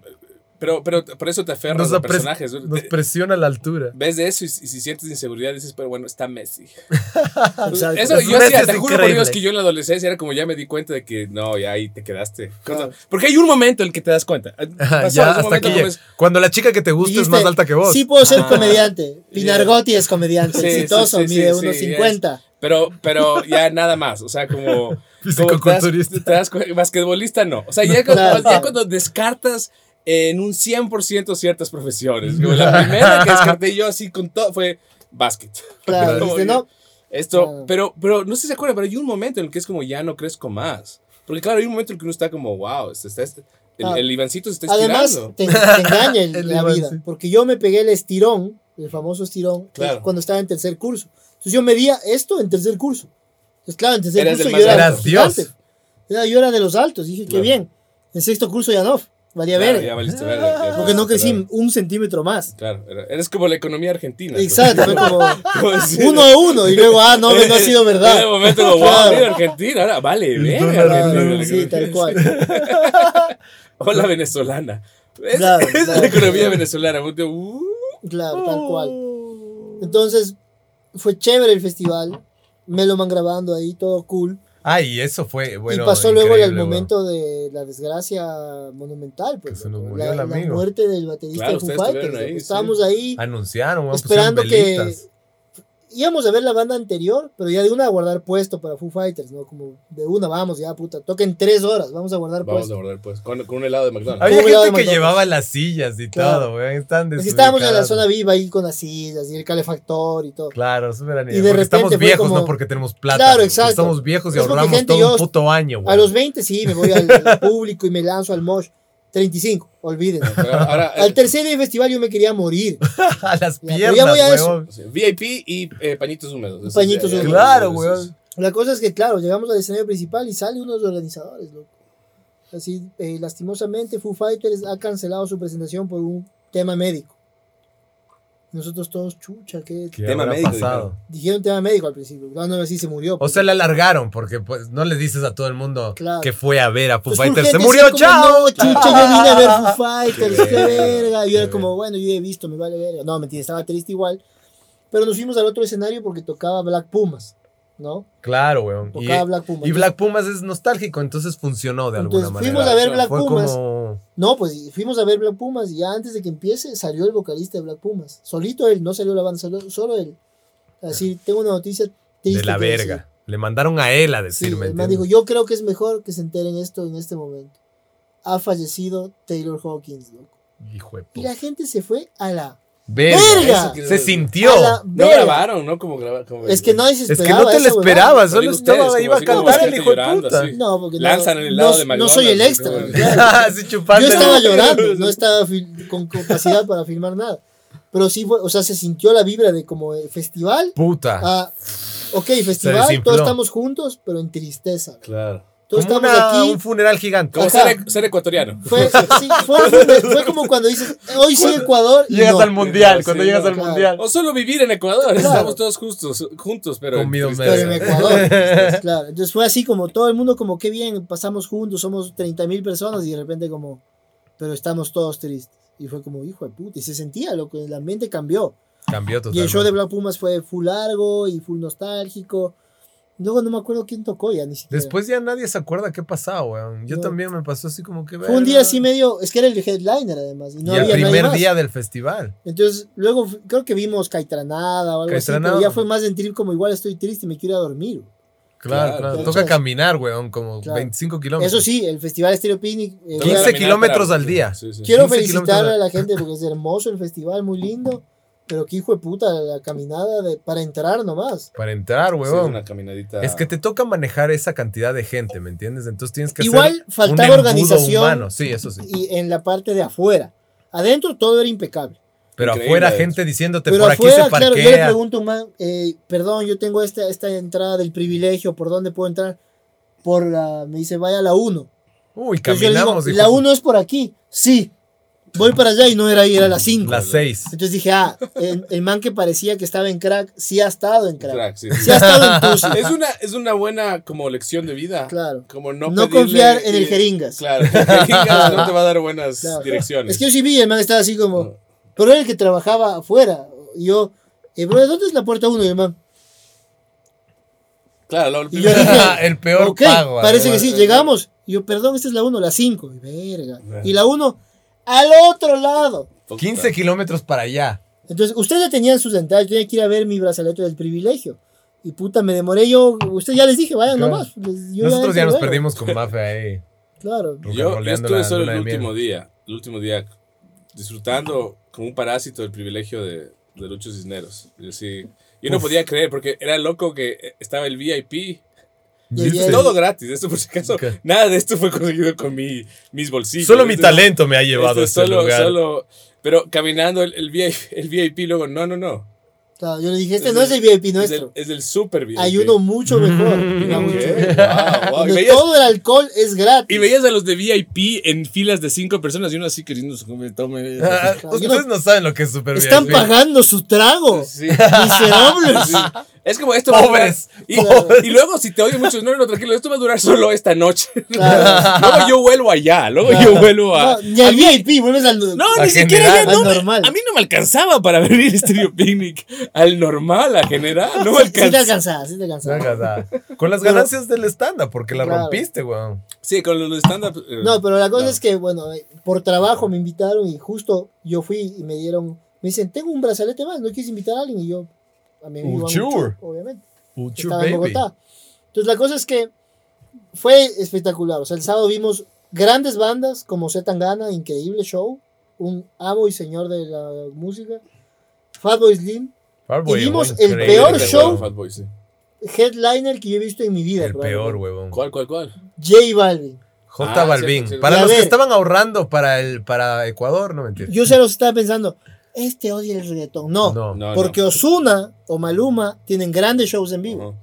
pero, pero por eso te aferras Nos, a apres- personajes. nos Te- presiona la altura. Ves de eso y, si y si sientes inseguridad, dices, pero bueno, está Messi. Exacto. Eso Messi yo hacía, Ah, es te juro por increíble. Dios que yo en la adolescencia era como ya me di cuenta de que no, ya ahí te quedaste. Cuando- Claro. Porque hay un momento en que te das cuenta. Eh, Ajá, Pasó, ya es un hasta momento aquí como llega. Cuando la chica que te gusta es Dijiste, más alta que vos. Sí, puedo ser Ah. <laughs> comediante. Pinargotti es comediante, Sí, exitoso, sí, sí, mide sí, sí, unos 50. es- pero, pero ya nada más. O <laughs> sea, como. como te das- Fisicoculturista. te das cu- basquetbolista no. O sea, ya cuando, Claro. ya cuando descartas en un 100% ciertas profesiones. Como <laughs> la primera que descarté yo así con todo fue básquet. Claro, <laughs> Como, dijiste, no, Esto, Claro. pero, pero no sé si se acuerdan, pero hay un momento en el que es como ya no crezco más. Porque claro, hay un momento en el que uno está como, wow, se está- este, el, Claro. el Ivancito se está Ah, Además, estirando. te, te <laughs> engaña <laughs> el- El la Iván, vida. sí. Porque yo me pegué el estirón, el famoso estirón, que- Claro. cuando estaba en tercer curso. Entonces yo medía esto en tercer curso. Entonces, claro, en tercer Eras curso el yo más era, alto. gigante. Dios. Era- yo era de los altos. Dije, qué Claro. bien. En sexto curso ya no. Valía Claro, verga. ya valiste verga, ya Porque no valiste crecí verga. un centímetro más. Claro, era- eres como la economía argentina. <laughs> Exacto, fue como <laughs> Como decir- uno a uno. Y luego, ah, no, no ha sido <laughs> En el verdad. momento, como, wow, Claro. mira, Argentina, ahora vale, El verga, dólar, Argentina, claro, la Claro, sí, economía. tal cual. <laughs> Hola, venezolana. Es, Claro, es <laughs> claro. la economía venezolana. un tío, uh, Claro, tal cual. Entonces, fue chévere el festival. Meloman grabando ahí, todo cool. Ay, eso fue. Bueno, y pasó luego el increíble, momento de la desgracia monumental, pues, Que se nos loco. murió la, el la amigo. muerte del baterista Claro, de Foo ustedes Fighters. estuvieron loco. ahí, sí. Estábamos ahí, huevón. Anunciaron, huevón, pusieron esperando que velitas. íbamos a ver la banda anterior, pero ya de una a guardar puesto para Foo Fighters, ¿no? Como de una, vamos ya, puta, toquen tres horas, vamos a guardar Vamos a puesto. abordar, pues, con, con un helado de McDonald's. Había Como lado de gente que McDonald's. llevaba las sillas y Claro. todo, weón. Están Es que estábamos en la desubicadas. zona viva ahí con las sillas y el calefactor y todo. Claro, súper Y anillo. de Porque repente estamos fue viejos, como- no porque tenemos plata. Claro, güey. exacto. Estamos viejos y Es porque ahorramos gente, todo yo- un puto año, güey. A los 20 sí, me voy al, al público y me lanzo al mosh. 35, olvídenlo. Pero ahora, Al tercer día del festival yo me quería morir. <laughs> A las pero piernas, ya voy a eso. weón. Sí, VIP y eh, pañitos húmedos. Eso Pañitos ya- ya- húmedos. Claro, eso Pues es- weón. La cosa es que, claro, llegamos al escenario principal y sale uno de los organizadores, loco. Así, eh, lastimosamente, Foo Fighters ha cancelado su presentación por un tema médico. Nosotros todos, chucha, que ¿Qué Tema habrá médico, pasado? dijeron tema médico al principio. Cuando así se murió. O sea, la alargaron porque pues no le dices a todo el mundo Claro. que fue a ver a Foo Entonces, Fighters. urgente, ¡Se murió! Pues así como, ¡Chao! <laughs> No, chucha, yo vine a ver Foo Fighters, Qué qué, verga, verga. qué Yo era verga. como, bueno, yo ya he visto, me vale verga. No, mentira, estaba triste igual. Pero nos fuimos al otro escenario porque tocaba Black Pumas, ¿no? Claro, weón. Y, Tocaba Black Pumas. y Black Pumas es nostálgico, entonces funcionó de alguna Entonces, manera. fuimos a ver Claro, Black fue Pumas. como. No, pues y fuimos a ver Black Pumas y ya antes de que empiece salió el vocalista de Black Pumas. Solito él, no salió la banda, solo, solo él. Así, tengo una noticia triste. Ah. De la que decir. verga. Le mandaron a él a Sí, decirme. el man dijo, yo creo que es mejor que se enteren esto en este momento. Ha fallecido Taylor Hawkins, loco. Hijo de Y puta. la gente se fue a la... Verga. ¡Verga! Eso que- Se sintió. a Ah, la No verga. grabaron, ¿no? Como graba- como- Es que no se Es que no esperaba te lo esa esperabas, huevada. solo Lo digo ustedes, estaba ahí como va a así como cantar el gente hijo de llorando, puta. así. huevada. No, porque no- Lanzan el helado no- de No soy el McDonald's, extra. <laughs> ¿no? claro. Así Ah, chupando Yo el- estaba <laughs> llorando, no estaba fil- con capacidad para filmar nada. Pero sí, fue- o sea, se sintió la vibra de como eh, festival Puta. Ah, ok, desinfló. festival, todos estamos juntos, pero en tristeza. Claro. Todos como estamos una- aquí. un funeral gigante. Como Ajá. ser, ser ecuatoriano. Fue, sí, fue, fue- fue como cuando dices, hoy sí Ecuador. y Llegas no. al mundial, Sí, cuando no, llegas al claro. mundial. O solo vivir en Ecuador. Claro. Estamos todos justos, juntos, pero. Comido tristeza. Pero en verga. <laughs> Ecuador, tristeza, claro. Entonces fue así como todo el mundo, como qué bien, pasamos juntos, somos 30 mil personas y de repente como, pero estamos todos tristes. Y fue como, hijo de puta, y se sentía, lo que el ambiente cambió. Cambió Y el totalmente. show de Black Pumas fue full largo y full nostálgico. Luego no me acuerdo quién tocó ya, ni siquiera. Después ya nadie se acuerda qué pasaba, weón. Yo No. también me pasó así como que. Fue un día verga. así medio, es que era el headliner además. Y, no y el había nadie primer más. día del festival. Entonces, luego f- creo que vimos Caitranada o algo Caetranada. así, pero ya fue más en trip como igual estoy triste y me quiero ir a dormir. Claro, claro. Claro. Toca caminar, weón, como Claro. 25 kilómetros. Eso sí, el Festival Stereo Picnic. eh, Todos pues, Quince voy a- caminando kilómetros para- al día. Sí, sí. quiero 15 felicitar kilómetros. <laughs> a la gente porque es hermoso el festival, muy lindo, pero qué hijo de puta la caminada de, para entrar nomás. Para entrar, Sí, weón. una caminadita. Es que te toca manejar esa cantidad de gente, ¿me entiendes? Entonces tienes que hacer Igual un faltaba embudo organización humano. Sí, eso sí. y en la parte de afuera. Adentro todo era impecable. Pero Increíble afuera eso. gente diciéndote Pero por afuera, aquí se claro, parquea. yo le pregunto a un man, eh, perdón, yo tengo esta, esta entrada del privilegio, ¿por dónde puedo entrar? Por la, me dice, vaya a la 1. Uy, Entonces yo le digo, caminamos. la 1 es por aquí. Sí, voy para allá y no era ahí, era la 5. Las 6. Entonces dije, ah, el, el man que parecía que estaba en crack, sí ha estado en crack. Crack, sí, sí. Sí <laughs> ha estado en Tusi. Es una, es una buena como lección de vida. Claro. Como no, No, pedirle- confiar en el eh, jeringas. Claro, el jeringas no te va a dar buenas <laughs> Claro. direcciones. Es que yo sí vi, el man estaba así como, pero era el que trabajaba afuera. Y yo, eh, bro, ¿dónde es la puerta 1? Y el man, Claro, lo- Y yo dije, <laughs> el peor ok, pago. parece que además. sí, además. llegamos. Y yo, perdón, esta es la 1, la 5. Y verga. Bueno. Y la 1, al otro lado. Puta. 15 kilómetros para allá. Entonces, ustedes ya tenían sus entradas, yo tenía que ir a ver mi brazalete del privilegio. Y puta, me demoré yo, ustedes ya les dije, vayan Claro. nomás. Les- yo Nosotros ya nos bueno, perdimos con Mafe <laughs> ahí. Claro. Yo, yo roleando estuve la solo luna el de miel. último día, el último día, disfrutando como un parásito del privilegio de, de Lucho Cisneros. Yo, sí- yo no Uf. podía creer porque era loco que eh, estaba el VIP. Y ¿Viste? Sí. Todo gratis, esto por si acaso. Ok. Nada de esto fue conseguido con mi, mis bolsillos. Solo mi Esto es- talento me ha llevado a esto este es solo, lugar. solo- pero caminando el, el VIP, el VIP luego, no, no, no. Claro, yo le dije, este no es el VIP nuestro. Es del, es del super VIP. Hay uno mucho mejor. <laughs> Era Ok, mucho mejor. wow, wow. Y Donde veías- todo el alcohol es gratis. Y veías a los de VIP en filas de cinco personas y uno así queriendo su tome. Ah, Ustedes no saben lo que es super Están bien. pagando su trago. <laughs> Sí. Miserables. Sí. Es como esto. Pobres, va a durar- Y, pobres. y luego, si te oye mucho, no, no, tranquilo, esto va a durar solo <laughs> esta noche. <laughs> Claro. luego yo vuelvo allá, luego yo vuelvo a. No, ni al VIP, vuelves al. No, A ni siquiera general. ya no. Al me- normal. A mí no me alcanzaba para <laughs> venir a Stereo Picnic al normal, a general. No me sí, sí te alcanzaba. alcanzaba, sí te alcanzaba. Saca, da. Con las ganancias del estándar, porque la Claro. rompiste, weón. Sí, con los stand-up. eh, No, pero la cosa no. es que, bueno, eh, por trabajo me invitaron y justo yo fui y me dieron. Me dicen, tengo un brazalete más, no quise invitar a alguien. Y yo, a mi amigo, Uchur. Iván Uchur, obviamente. Future Estaba en baby. Bogotá. Entonces la cosa es que fue espectacular. O sea, el sábado vimos grandes bandas como Z Tangana, increíble show. Un amo y señor de la música. Fatboy Slim, Farboy, Y vimos weón, el increíble. peor de show. Wild Fat Boy, sí. headliner que yo he visto en mi vida. El peor, probablemente. weón. ¿Cuál, cuál, cuál? J Balvin. J Ah, Balvin. cierto, cierto. Para Y a los que ver. estaban ahorrando para, el, para Ecuador, no mentira. Yo se los estaba pensando, este odia el reggaetón. No, No. No, porque no. Osuna o Maluma tienen grandes shows en vivo. Ajá.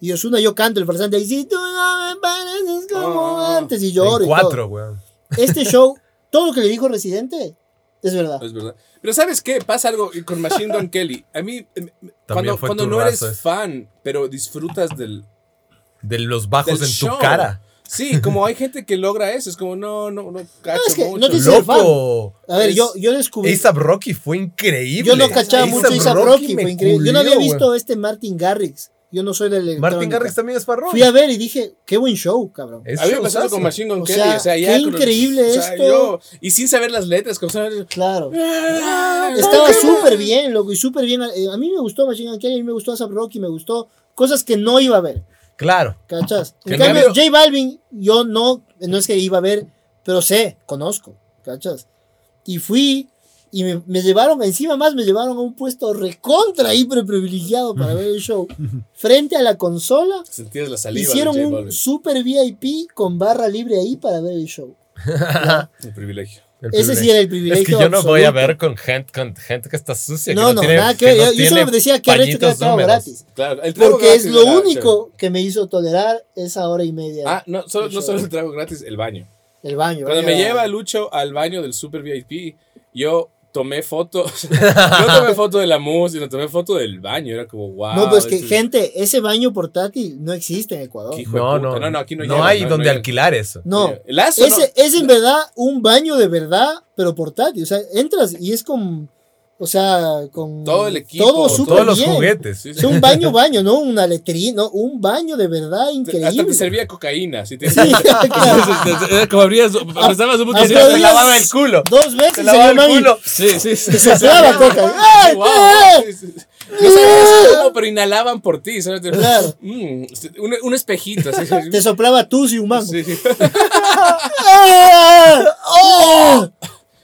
Y Osuna yo canto el farsante y si tú no me pareces como Ah, antes y En lloro. y todo. cuatro, weón. Este show, todo lo que le dijo Residente Es verdad. Es verdad. Pero ¿sabes qué? Pasa algo con <laughs> Machine Gun Kelly. A mí, eh, cuando, fue cuando tu no eres raza, eh. fan, pero disfrutas del, De los bajos del en show. tu cara. Sí, como hay gente que logra eso. Es como, no, no, no cacho es que no mucho. te- Ese ¡Loco! A ver, Es- yo, yo descubrí. A$AP Rocky fue increíble. Yo no cachaba A$AP mucho Isa Rocky, me fue increíble. Yo no había culió, visto güey. este Martin Garrix. Yo no soy del Martin Garrix también es farro. Fui a ver y dije, qué buen show, cabrón. Es a mí me pasó showzazo. algo con Machine Gun O Kelly. sea, o sea, qué ya con- increíble o sea, esto. yo- y sin saber las letras, como <laughs> saber- Claro. Ah, Estaba qué súper mal. bien, loco, y súper bien. Eh, A mí me gustó Machine Gun Kelly, a mí me gustó Asap Rocky, me gustó cosas que no iba a ver, Claro. ¿cachas? En Que cambio, no- J Balvin, yo no, no es que iba a ver, pero sé, conozco, ¿cachas? Y fui, y me, me llevaron, encima más, me llevaron a un puesto recontra hiper privilegiado para ver el show. Frente a la consola, Sentías la saliva. de hicieron J un Balvin. super VIP con barra libre ahí para ver el show. Un privilegio. El Ese sí privilegio. era el privilegio. Es que yo no voy a absoluto. ver con gente, con gente que está sucia. No, que no, tiene- nada que ver. no Yo- yo solo tiene decía que recho que pañitos estaba húmedos. gratis. Claro, el trago Porque es gratis lo era- único que me hizo tolerar esa hora y media. Ah, no, solo, no solo el trago gratis, el baño. el baño. Cuando me Era- lleva Lucho al baño del Super VIP, yo tomé fotos. <laughs> no tomé foto de la música, no tomé foto del baño. Era como, wow. No, pues que, esto es- gente, ese baño portátil no existe en Ecuador. Qué hijo de No, no, puta. No, no, aquí no No llegan, hay no, donde no hay- alquilar eso. No. eh, Lazo, no. Ese es en verdad un baño de verdad, pero portátil. O sea, entras y es con. O sea, con. Todo el equipo, Todo todos súper Todos los bien. juguetes. Sí, Es <laughs> un baño, baño, no una letrina, no, un baño de verdad increíble. Hasta te servía cocaína. Si te... <laughs> <laughs> Sí, claro. Ah, Era como abrías, apretabas un botoncito aplaudías. y te lavaba el culo. Dos Se veces se lavaba el culo. Sí, sí, sí. Se soplaba <laughs> coca. <laughs> ¡Eh! ¡Ay, Wow. ay! Sí, sí. No sabías cómo, pero inhalaban por ti. ¿sabes? Claro. <laughs> Mm, un, un espejito. así. <laughs> Te soplaba tú si un mango. Sí, sí. ¡Ah! ¡Oh!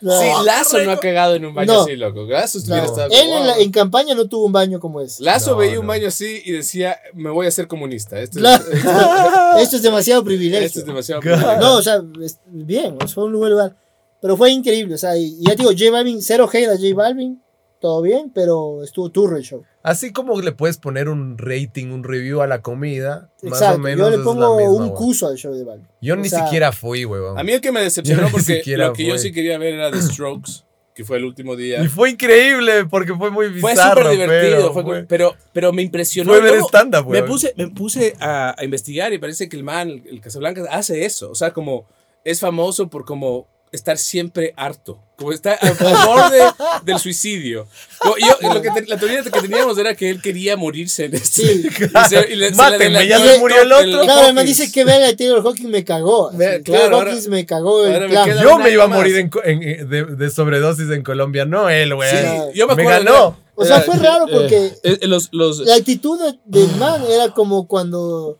No. Sí, Lazo no ha cagado en un baño No. así, loco. Lazo No. estuviera estado. Él en, wow. la- en campaña no tuvo un baño como ese. Lazo No, veía no. un baño así y decía, me voy a ser comunista. Esto, La- es, <laughs> Esto es demasiado esto privilegio. es demasiado. Claro. No, o sea, es- bien, o sea, fue un buen lugar. Pero fue increíble, o sea, y, y ya te digo, J Balvin, cero hate a J Balvin, todo bien, pero estuvo turro el show. Así como le puedes poner un rating, un review a la comida, más o Exacto, menos yo le es pongo la misma, un weón. cuso al show de Balvin. Yo O ni sea, siquiera fui, weón. A mí el que me decepcionó Yo ni porque siquiera lo que yo fui. sí quería ver era The Strokes, que fue el último día. Y fue increíble porque fue muy Fue bizarro. súper divertido, pero fue- fue- pero, pero me impresionó. fue Y ver luego stand-up, me weón. puse, me puse a, a investigar y parece que el man, el, el Casablanca, hace eso. O sea, como es famoso por como estar siempre harto, como está a, a borde del suicidio. Como yo- lo que te- la teoría que teníamos era que él quería morirse en este. Sí. y se- y le- se la Mátenme, delató ya se murió el otro. Taylor Claro, el man Hawkins. dice que verga, Taylor Hawkins me cagó. así, Ve- Taylor claro, ahora- Hawkins me cagó el ahora me plan. queda- Yo Una me iba a más. morir en co- en- eh, de, de sobredosis en Colombia, no él, Sí, weón. yo me, Me acuerdo. ganó. O sea, fue raro porque- eh, eh, los, los, La actitud de- del man era como cuando,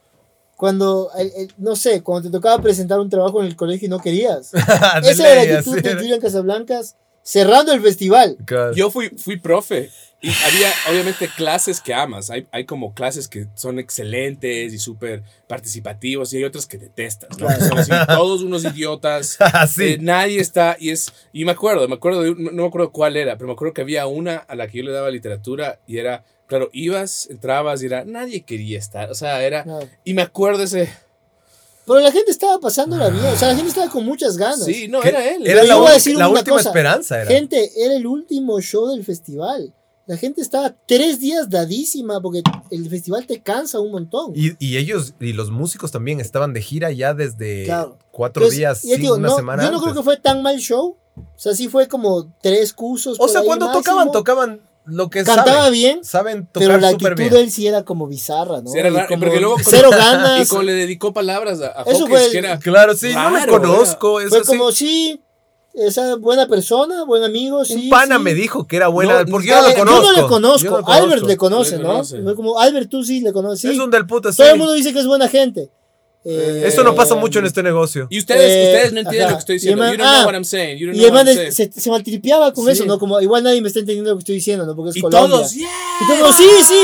cuando el- el- no sé, cuando te tocaba presentar un trabajo en el colegio y no <laughs> querías. De Esa era ley, la actitud así de era. Julian Casablancas cerrando el festival. Claro. <laughs> Yo fui, fui profe y había obviamente clases que amas. Hay, hay como clases que son excelentes y súper participativos y hay otras que detestas. ¿no? Que son así, todos unos <laughs> idiotas. Así. eh, nadie está y es y me acuerdo, me acuerdo de un- no, no me acuerdo cuál era, pero me acuerdo que había una a la que yo le daba literatura y era claro, ibas, entrabas y era nadie quería estar, o sea, era No. y me acuerdo ese Pero la gente estaba pasando Ah. la vida, o sea, la gente estaba con muchas ganas. Sí, no, Que era él. Era Pero la, yo voy a ul- decir la una última cosa. esperanza. Era. Gente, era el último show del festival. La gente estaba tres días dadísima porque el festival te cansa un montón. Y, y ellos, y los músicos también estaban de gira ya desde Claro. cuatro Entonces, días, ya te sí, digo, una no, semana. Yo no creo antes. que fue tan mal show. O sea, sí fue como tres cursos. o sea, por ahí cuando máximo. tocaban, tocaban lo que Cantaba saben. bien, Saben pero tocar la súper actitud bien. de él sí era como bizarra, ¿no? Sí, era Y raro, como porque luego con- cero <laughs> y ganas. como le dedicó palabras a, a Eso Hawkins, fue el- que era Ah, Claro, sí, no me Raro, conozco. Es Fue así. como, sí, esa buena persona, buen amigo, sí. un pana sí. me dijo que era buena, No, porque no, yo no Ah, lo yo conozco. no le yo conozco. no lo Albert conozco. le conoce, Le ¿no? conoce. Fue como, Albert, tú sí le conoces. Es sí. un del puto, sí. Todo el mundo dice que es buena gente. Eh, Eso no pasa mucho en este negocio. Y ustedes, Eh, ustedes no entienden ajá. lo que estoy Y diciendo. el you man- don't know ah, what I'm saying. You don't Y know what además I'm saying. se, se maltripeaba con Sí. eso, ¿no? Como, igual nadie me está entendiendo lo que estoy diciendo, ¿no? Porque es Y Colombia. todos, yeah. Y todos, sí, sí,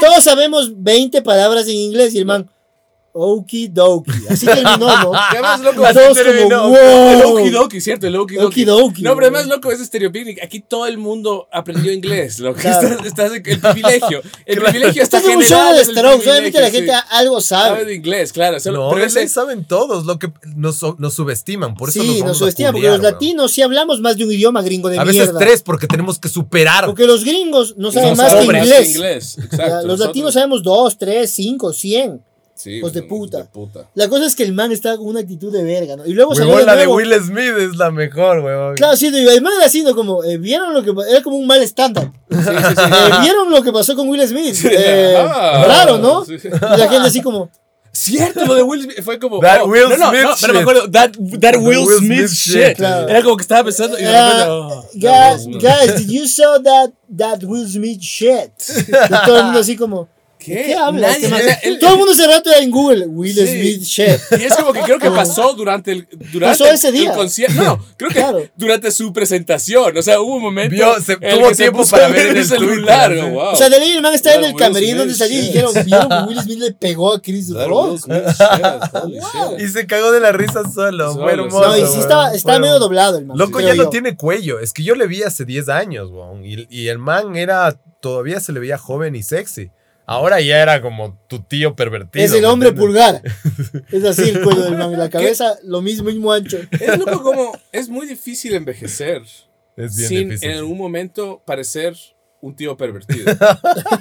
todos sabemos 20 palabras en inglés y el man, Okidoki. <laughs> Así terminó, ¿no? además, loco, Todos así como, terminó. wow. El okidoki, ¿cierto? El okidoki. Oh. Okidoki. No, pero además, loco, es estereopicnic. Aquí todo el mundo aprendió inglés. <laughs> Lo que Claro. estás, estás en el privilegio. <laughs> El privilegio está Estás en Este un show general. de es el Strokes. Obviamente la privilegio, gente sí. algo sabe sabe. de inglés, claro. solo- No, pero pero ese, saben todos lo que nos, so- nos subestiman. Por eso Sí, nos, nos subestiman subestiman porque los latinos sí hablamos más de un idioma gringo de A veces mierda. tres, porque tenemos que superar. Porque los gringos no saben Somos más que pobres. inglés. Ya, Exacto. los nosotros- latinos sabemos dos, tres, cinco, cien. Sí, hijos de bueno, puta. de puta. La cosa es que el man está con una actitud de verga, ¿no? Y luego salió Huevón, de la de nuevo. Will Smith es la mejor, huevón. Claro, sí, y el man haciendo como, eh, ¿vieron lo que pa- Era como un mal estándar. <laughs> Eh, ¿Vieron lo que pasó con Will Smith? Eh, Ajá. raro, ¿no? Ah, Sí. Y la gente así como, Cierto, lo de Will Smith fue <laughs> como. That oh, Will no, no, Smith no, pero me shit. acuerdo. That, that Will, Will Smith, Smith shit. shit. Claro. Era como que estaba pensando. Y de Ah, repente, oh, that guys, Will Smith. guys, did you saw that, that Will Smith shit? Y todo el mundo así como, ¿Qué? ¿qué hablas? Nadie- este man? o sea, él- todo el mundo ese rato era en Google, Will Sí. Smith shit. Y es como que creo que pasó durante el, durante Ah. Pasó ese el día. concierto. No, no, creo que Claro. durante su presentación. O sea, hubo un momento. Vio, se- en el tuvo que se tiempo puso para a ver en el celular. Twitter, ¿no? wow. O sea, de ley el man está en That el Will camerino donde Smith salió y shit. dijeron, ¿vieron que Will Smith le pegó a Chris That Rock? Will Smith shit, <laughs> holy shit. Y se cagó de la risa solo. Solo, Fue hermoso. solo. No, y sí huevón. está, está Fue medio hermoso. doblado el man. Loco creo ya no yo. tiene cuello. Es que yo le vi hace 10 años, weón. Y, y el man era. Todavía se le veía joven y sexy. Ahora ya era como tu tío pervertido. Es el ¿me hombre entiendes? pulgar. Es así el cuello del man. y La cabeza, lo mismo, mismo ancho. Es loco como es muy difícil envejecer Es bien sin difícil. en algún momento parecer un tío pervertido. <laughs>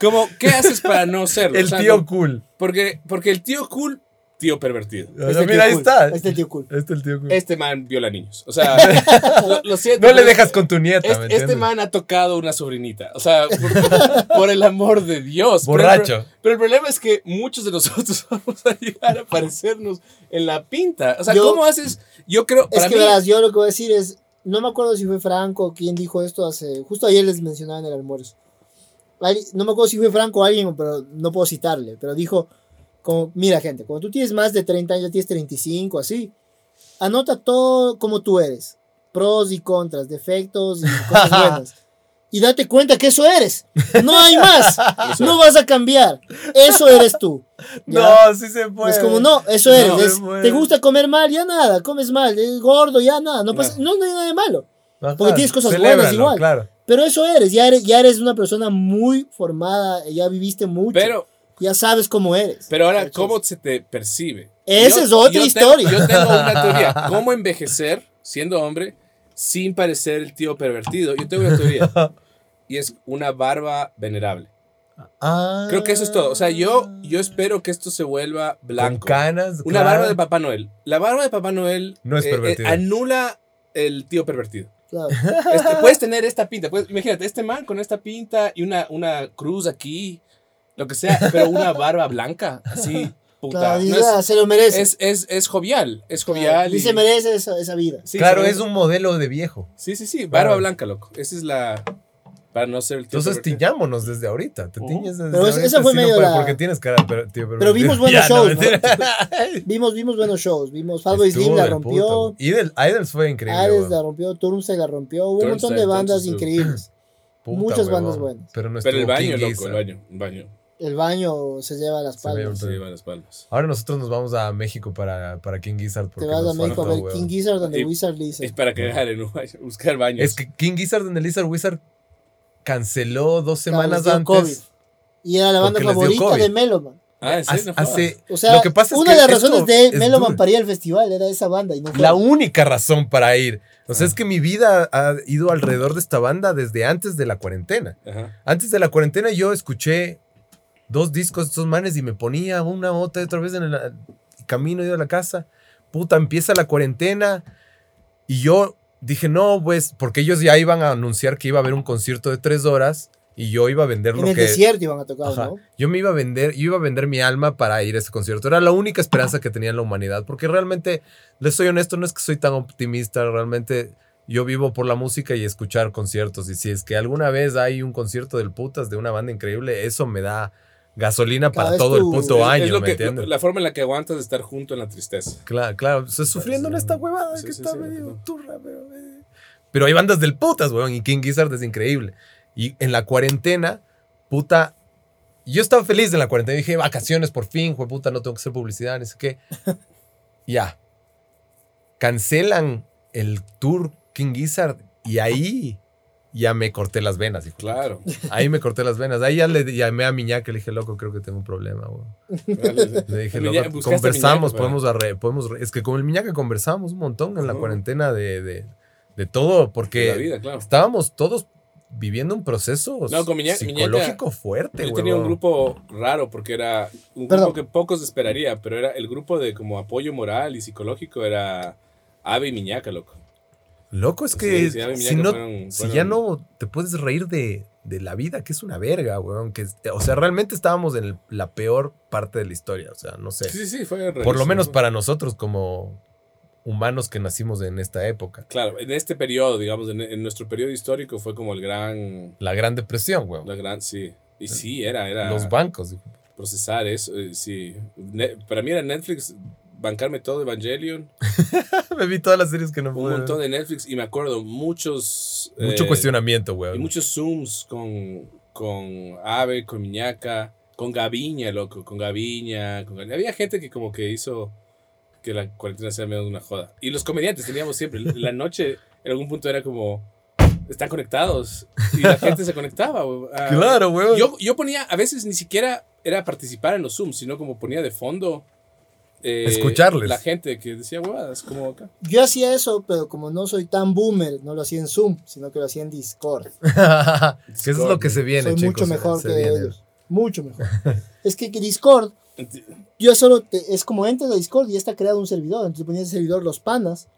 como, ¿qué haces para no serlo? El O sea, tío como- cool. porque, porque el tío cool, tío pervertido. O sea, mira, ahí cool. está. Este tío cool. Este el tío cool. Este man viola niños. O <laughs> sea, lo, lo siento. No le pero dejas con tu nieta, es- ¿me Este, entiendes? man ha tocado una sobrinita. O sea, por, por el amor de Dios. Pero el pro- Borracho. Pero, el problema es que muchos de nosotros <laughs> vamos a llegar a parecernos en la pinta. O sea, Yo- ¿cómo haces? Yo creo. Es Para que mí, verás, yo lo que voy a decir es, no me acuerdo si fue Franco quien dijo esto hace, justo ayer les mencionaba en el almuerzo. Al- No me acuerdo si fue Franco o alguien, pero no puedo citarle, pero dijo, como, mira gente, cuando tú tienes más de 30 años, ya tienes 35, así, anota todo como tú eres, pros y contras, defectos <laughs> y cosas buenas. Y date cuenta que eso eres. No <laughs> hay más. No vas a cambiar. Eso eres tú. ¿ya? No, sí se puede. Es Pues como, no, eso eres. Pues, No, es, es bueno. Te gusta comer mal, ya nada, comes mal, es gordo, ya nada. No, pasa, no. no hay nada de malo. Ajá, porque tienes cosas buenas celébralo, igual. Claro. Pero eso eres ya, eres, ya eres una persona muy formada, ya viviste mucho. pero ya sabes cómo eres. Pero ahora, Entonces, ¿cómo se te percibe? Esa es otra tengo- historia. yo tengo <laughs> una teoría. ¿Cómo envejecer siendo hombre sin parecer el tío pervertido? Yo tengo una teoría. Y es una barba venerable. Ah. Creo que eso es todo. O sea, yo, yo espero que esto se vuelva Con blanco. canas. <laughs> Una claro. barba de Papá Noel. La barba de Papá Noel No es eh, eh, pervertido. anula el tío pervertido. claro. Este, puedes tener esta pinta. puedes- imagínate, este man con esta pinta y una, una cruz aquí, lo que sea, pero <laughs> una barba blanca, así, puta. Claro, no dice, es- "Ah, se lo merece. es, es, es jovial, es Claro, jovial. y y- se merece esa, esa vida. Sí, claro, se merece. es un modelo de viejo. Sí, sí, sí, barba Claro. blanca, loco. Esa es la... Para no ser el tío Entonces pervertido. tiñámonos desde ahorita. Te Ujú. tiñes desde Oh. Pero es- ahorita, esa fue si no medio puede- la- Porque tienes cara, pero, tío, Pero vimos <laughs> buenos Ya, no, shows, ¿no? mentira. <laughs> Vimos, vimos buenos shows. Vimos Fatboy Slim Estuvo la del rompió. puto. Idol- Idols fue increíble. Ares weón. la rompió, Turmse la rompió, hubo un Turmside, montón de bandas Turmside. increíbles. Puta, muchas weón. bandas buenas. Pero no Pero el estuvo baño, King loco, Gizzard. el baño, el baño. El baño se lleva las Se ve palmas. Sí. Se lleva las palmas. Ahora nosotros nos vamos a México para, para King Gizzard. Te porque vas a nos México a faltó, ver weón. King Gizzard donde Y- Wizard le dice. Es para cagar en un baño, buscar baños. Es que King Gizzard en el Lizard Wizard canceló dos Claro, semanas les dio antes. COVID. Y era la banda Porque les dio favorita COVID. de Meloman. Ah, ¿sí? Hace, No jodas. hace- O sea, Lo que pasa es una que de las esto razones de es Meloman duro. para ir al festival era esa banda y no fue. la única razón para ir. O sea, es que mi vida ha ido alrededor de esta banda desde antes de la cuarentena. Ajá. Antes de la cuarentena yo escuché dos discos de estos manes y me ponía una otra y otra vez en el a- camino yo a la casa. Puta, empieza la cuarentena y yo dije, no, pues, porque ellos ya iban a anunciar que iba a haber un concierto de tres horas y yo iba a vender en lo el que... desierto iban a tocar, Ajá. ¿no? Yo me iba a vender, yo iba a vender mi alma para ir a ese concierto. Era la única esperanza que tenía en la humanidad, porque realmente, les soy honesto, no es que soy tan optimista, realmente yo vivo por la música y escuchar conciertos. Y si es que alguna vez hay un concierto del putas de una banda increíble, eso me da gasolina Cada para vez todo el tu- puto Es- año, es lo ¿me que- entiendes? La forma en la que aguantas de estar junto en la tristeza. Claro, claro, o sea, sufriendo en esta huevada Sí, que sí, está sí, medio no. turra, pero... eh. Pero hay bandas del putas, weón, y King Gizzard es increíble. Y en la cuarentena, puta, yo estaba feliz en la cuarentena. Dije, vacaciones por fin, puta, no tengo que hacer publicidad, ni sé <laughs> qué. ya. Cancelan el tour King Gizzard y ahí ya me corté las venas. hijo. Claro. Ahí me corté las venas. Ahí ya le llamé a Miñaca y le dije, loco, creo que tengo un problema, weón. eh, Le <laughs> dije, Miñaca, loco, buscaste a conversamos, Miñaca, podemos, arre- podemos. re- Es que con el Miñaca conversábamos un montón en la Ujú. cuarentena de, de- de todo, porque La vida, claro. estábamos todos viviendo un proceso No, con Miña- psicológico fuerte, Yo güey. tenía un grupo raro porque era un grupo Perdón. que pocos esperaría, pero era el grupo de como apoyo moral y psicológico era Ave y Miñaca, loco. Loco, es Sí, que sí, Ave y si, Miñaca no, fueron- si fueron- ya no te puedes reír de, de la vida, que es una verga, weón. Que, es- o sea, realmente estábamos en el- la peor parte de la historia, o sea, no sé. Sí, sí, sí, fue Por lo rarísimo. menos para nosotros como humanos que nacimos en esta época. Claro, en este periodo, digamos, en, en nuestro periodo histórico fue como el gran... La Gran Depresión, weón. La gran, sí. Y sí, era, era... Los bancos. procesar eso, eh, sí. Ne- para mí era Netflix, bancarme todo Evangelion, <laughs> Me vi todas las series que no un pude. montón ver. de Netflix y me acuerdo muchos... Mucho eh, cuestionamiento, Y weón. muchos Zooms con, con Ave, con Miñaca, con Gaviña, loco, con Gaviña. Con Gaviña. Había gente que como que hizo que la cuarentena sea menos una joda. Y los comediantes teníamos siempre, la noche en algún punto era como, están conectados. Y la gente se conectaba. güey. Ah, Claro, weón. <laughs> Yo, yo ponía, a veces ni siquiera era participar en los Zooms, sino como ponía de fondo. eh, Escucharles. La gente que decía huevadas, como acá. Yo hacía eso, pero como no soy tan boomer, no lo hacía en Zoom, sino que lo hacía en Discord. que eso es lo que se viene, soy chicos. mucho se- mejor se que viene. ellos. Mucho mejor. <laughs> es que que Discord, yo solo te- es como entras a Discord y ya está creado un servidor. Entonces ponías el servidor los panas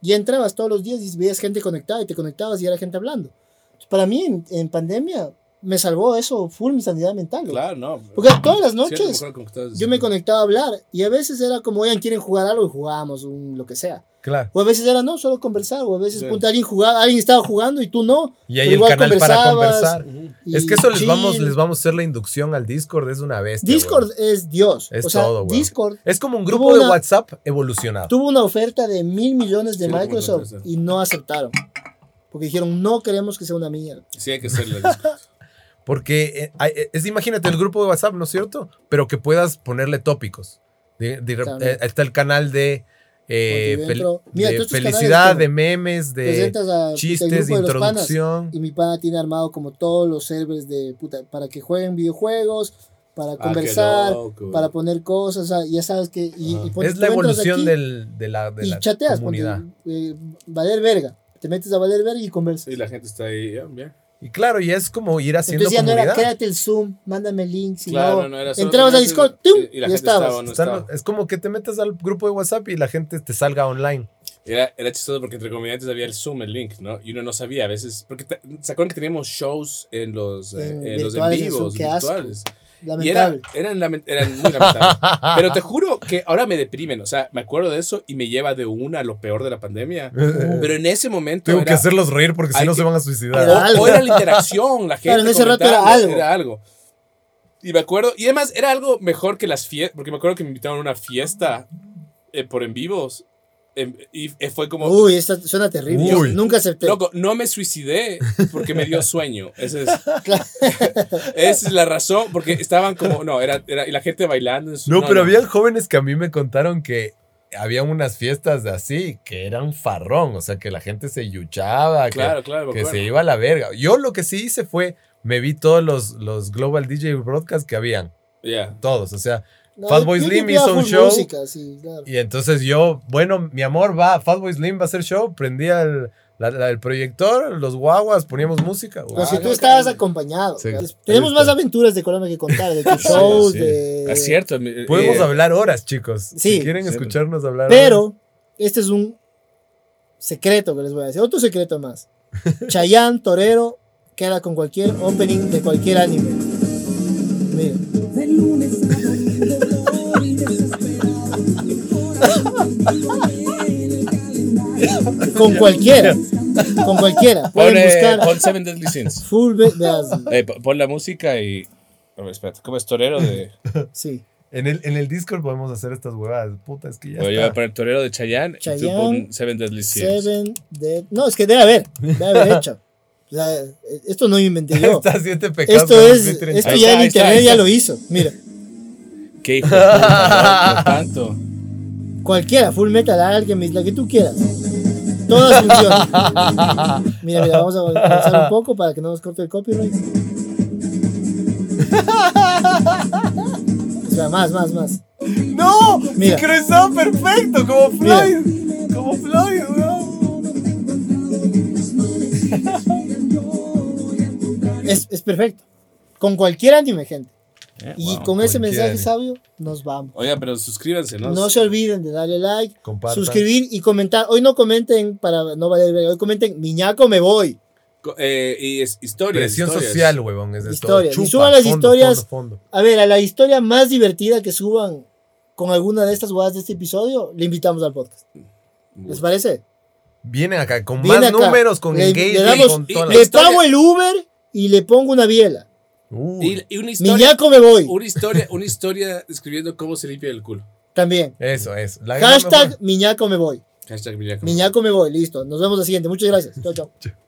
y entrabas todos los días y veías gente conectada y te conectabas y era gente hablando. Entonces, para mí, en, en pandemia, me salvó eso full mi sanidad mental. güey. Claro, no. Porque todas las Cierto, noches mejor conectados. yo me conectaba a hablar y a veces era como, oigan, quieren jugar algo y jugábamos un, lo que sea. Claro. O a veces era no, solo conversar. O a veces Sí. punta, alguien jugaba, alguien estaba jugando y tú no. Y ahí Pero el igual canal para conversabas, conversar. Ujú. y Es que eso les chill. vamos, les vamos a hacer la inducción al Discord, es una bestia. Discord weón. es Dios. Es o sea, todo, güey. Discord Es como un Tuvo grupo de una- WhatsApp evolucionado. tuvo una oferta de mil millones de Sí, lo Microsoft comentaste. y no aceptaron. Porque dijeron, no queremos que sea una mierda. Sí, hay que hacer la <laughs> Ah, discusión. Porque eh, hay- eh, es, imagínate el grupo de WhatsApp, ¿no es cierto? Pero que puedas ponerle tópicos. De- de- Claro. eh, está el canal de, eh, Porque fel- dentro- Mira, de todos estos felicidad, canales de memes, Te de Pues entras a puta, el chistes, de grupo los panas, introducción. y mi pana tiene armado como todos los servers de puta, para que jueguen videojuegos, para Ah, qué conversar, loco. para poner cosas, o sea, ya sabes que... Y, Es y ponte- la Pues tú entras evolución aquí del, de la, de Y la chateas, ponte, comunidad. eh, valer verga. Te metes a valer verga y conversas. Y la gente está ahí, ya, bien. Y claro, y es como ir haciendo Entonces ya no era, comunidad. créate el Zoom, mándame el link, si Claro, no, no era solo entrabas a ponerse- Discord, ¡tum! y- y la ya gente estaba, estabas. no Están- estaba. es como que te metes al grupo de WhatsApp y la gente te salga online. Era, era chistoso porque entre comediantes había el Zoom, el link, ¿no? Y uno no sabía a veces. Porque te- ¿se acuerdan que teníamos shows en los eh, En en, los en Mm, virtuales, en vivos, Zoom, qué asco. virtuales? Y era- Lamentable. eran, lament- eran muy <laughs> lamentables. Pero te juro que ahora me deprimen. O sea, me acuerdo de eso y me lleva de una a lo peor de la pandemia. <laughs> Pero en ese momento. Mm. Tengo que era- hacerlos reír porque si hay no que- se van a Era suicidar. o, algo. o era la interacción, la gente. <laughs> Claro, en ese rato era comentando, algo. era algo. Y me acuerdo, y además era algo mejor que las fiestas, porque me acuerdo que me invitaron a una fiesta eh, por en vivos. em, y eh, fue como, Uy, esta suena terrible. Uy. Yo nunca acepté. loco, no me suicidé porque me <laughs> dio sueño. Esa es, <laughs> esa es la razón, porque estaban como, no, era, era y la gente bailando. en su- No, pero habían jóvenes que a mí me contaron que habían unas fiestas de así que eran farrón, o sea, que la gente se yuchaba, que- Claro, claro, me que, acuerdo. se iba a la verga. Yo lo que sí hice fue, me vi todos los, los Global DJ Broadcast que habían, Ya. todos, o sea, No, Fatboy yo Slim quería hizo un full show. música, sí, claro. y entonces yo, bueno, mi amor va, Fatboy Slim va a hacer show, prendía el, la- la- el proyector, los guaguas, poníamos música. Pero si guau. tú estabas acompañado. Sí. claro. Tenemos más aventuras de Colombia que contar, <laughs> de tus shows, sí. de... Es cierto. me- Podemos eh, hablar horas, chicos. Sí. si quieren Siempre. escucharnos hablar horas. Pero este es un secreto que les voy a decir. Otro <laughs> secreto más. Chayanne, torero, queda con cualquier opening de cualquier anime. Miren. De lunes a domingo por desesperado, el corazón viviendo en el <laughs> calendario. Con cualquiera. Con cualquiera. Pueden Pon, eh, buscar pon Seven Deadly Sins. full... Be- veas, Eh, po- pon la música y. A ver, espérate, ¿cómo es torero de.? Sí. En el, en el Discord podemos hacer estas huevadas. Puta, es que ya Voy a está. poner torero de Chayanne. y tú Chayanne, pon Seven Deadly Sins. Seven Dead- No, es que debe haber. Debe haber hecho. O sea, esto no lo inventé <laughs> yo. Estas siete pecados. Esto de es, Twitter. esto Ahí ya está, el ahí está, internet ahí ya está. lo hizo. Mira, Qué hijo de puta, loco, tanto. cualquiera, Full Metal Alchemist, la que tú quieras. Todas <laughs> funcionan. Mira, mira, vamos a avanzar un poco para que no nos corte el <laughs> copyright. O sea, más, más, más. <laughs> ¡No! Mira. Sincronizado perfecto, como Mira. Floyd. Como Floyd, weón. Es, es perfecto. Con cualquier anime, gente. Eh, Y con ese cualquier mensaje anime. sabio, nos vamos. Oiga, pero suscríbanse, ¿no? No se olviden de darle like, Compartan. suscribir y comentar. Hoy no comenten para no valer verga. Hoy comenten, miñaco, me voy. Co- eh, y es historia. Presión social, weón. Es de Historias. todo. Y suban las fondo, historias. fondo, fondo. A ver, a la historia más divertida que suban con alguna de estas guadas de este episodio, le invitamos al podcast. ¿Les parece? Vienen acá con Viene más acá. números, con Le- le engagement, damos- con todas La le las. historia- pago el Uber y le pongo una biela. Uy, Y, y una historia. Miñaco, me voy. Una historia, una historia describiendo cómo se limpia el culo. También. eso, eso. La- Hashtag Miñaco, me voy. Hashtag Miriam. Miñaco, me voy. Listo. Nos vemos la siguiente. Muchas gracias. Chao, chao.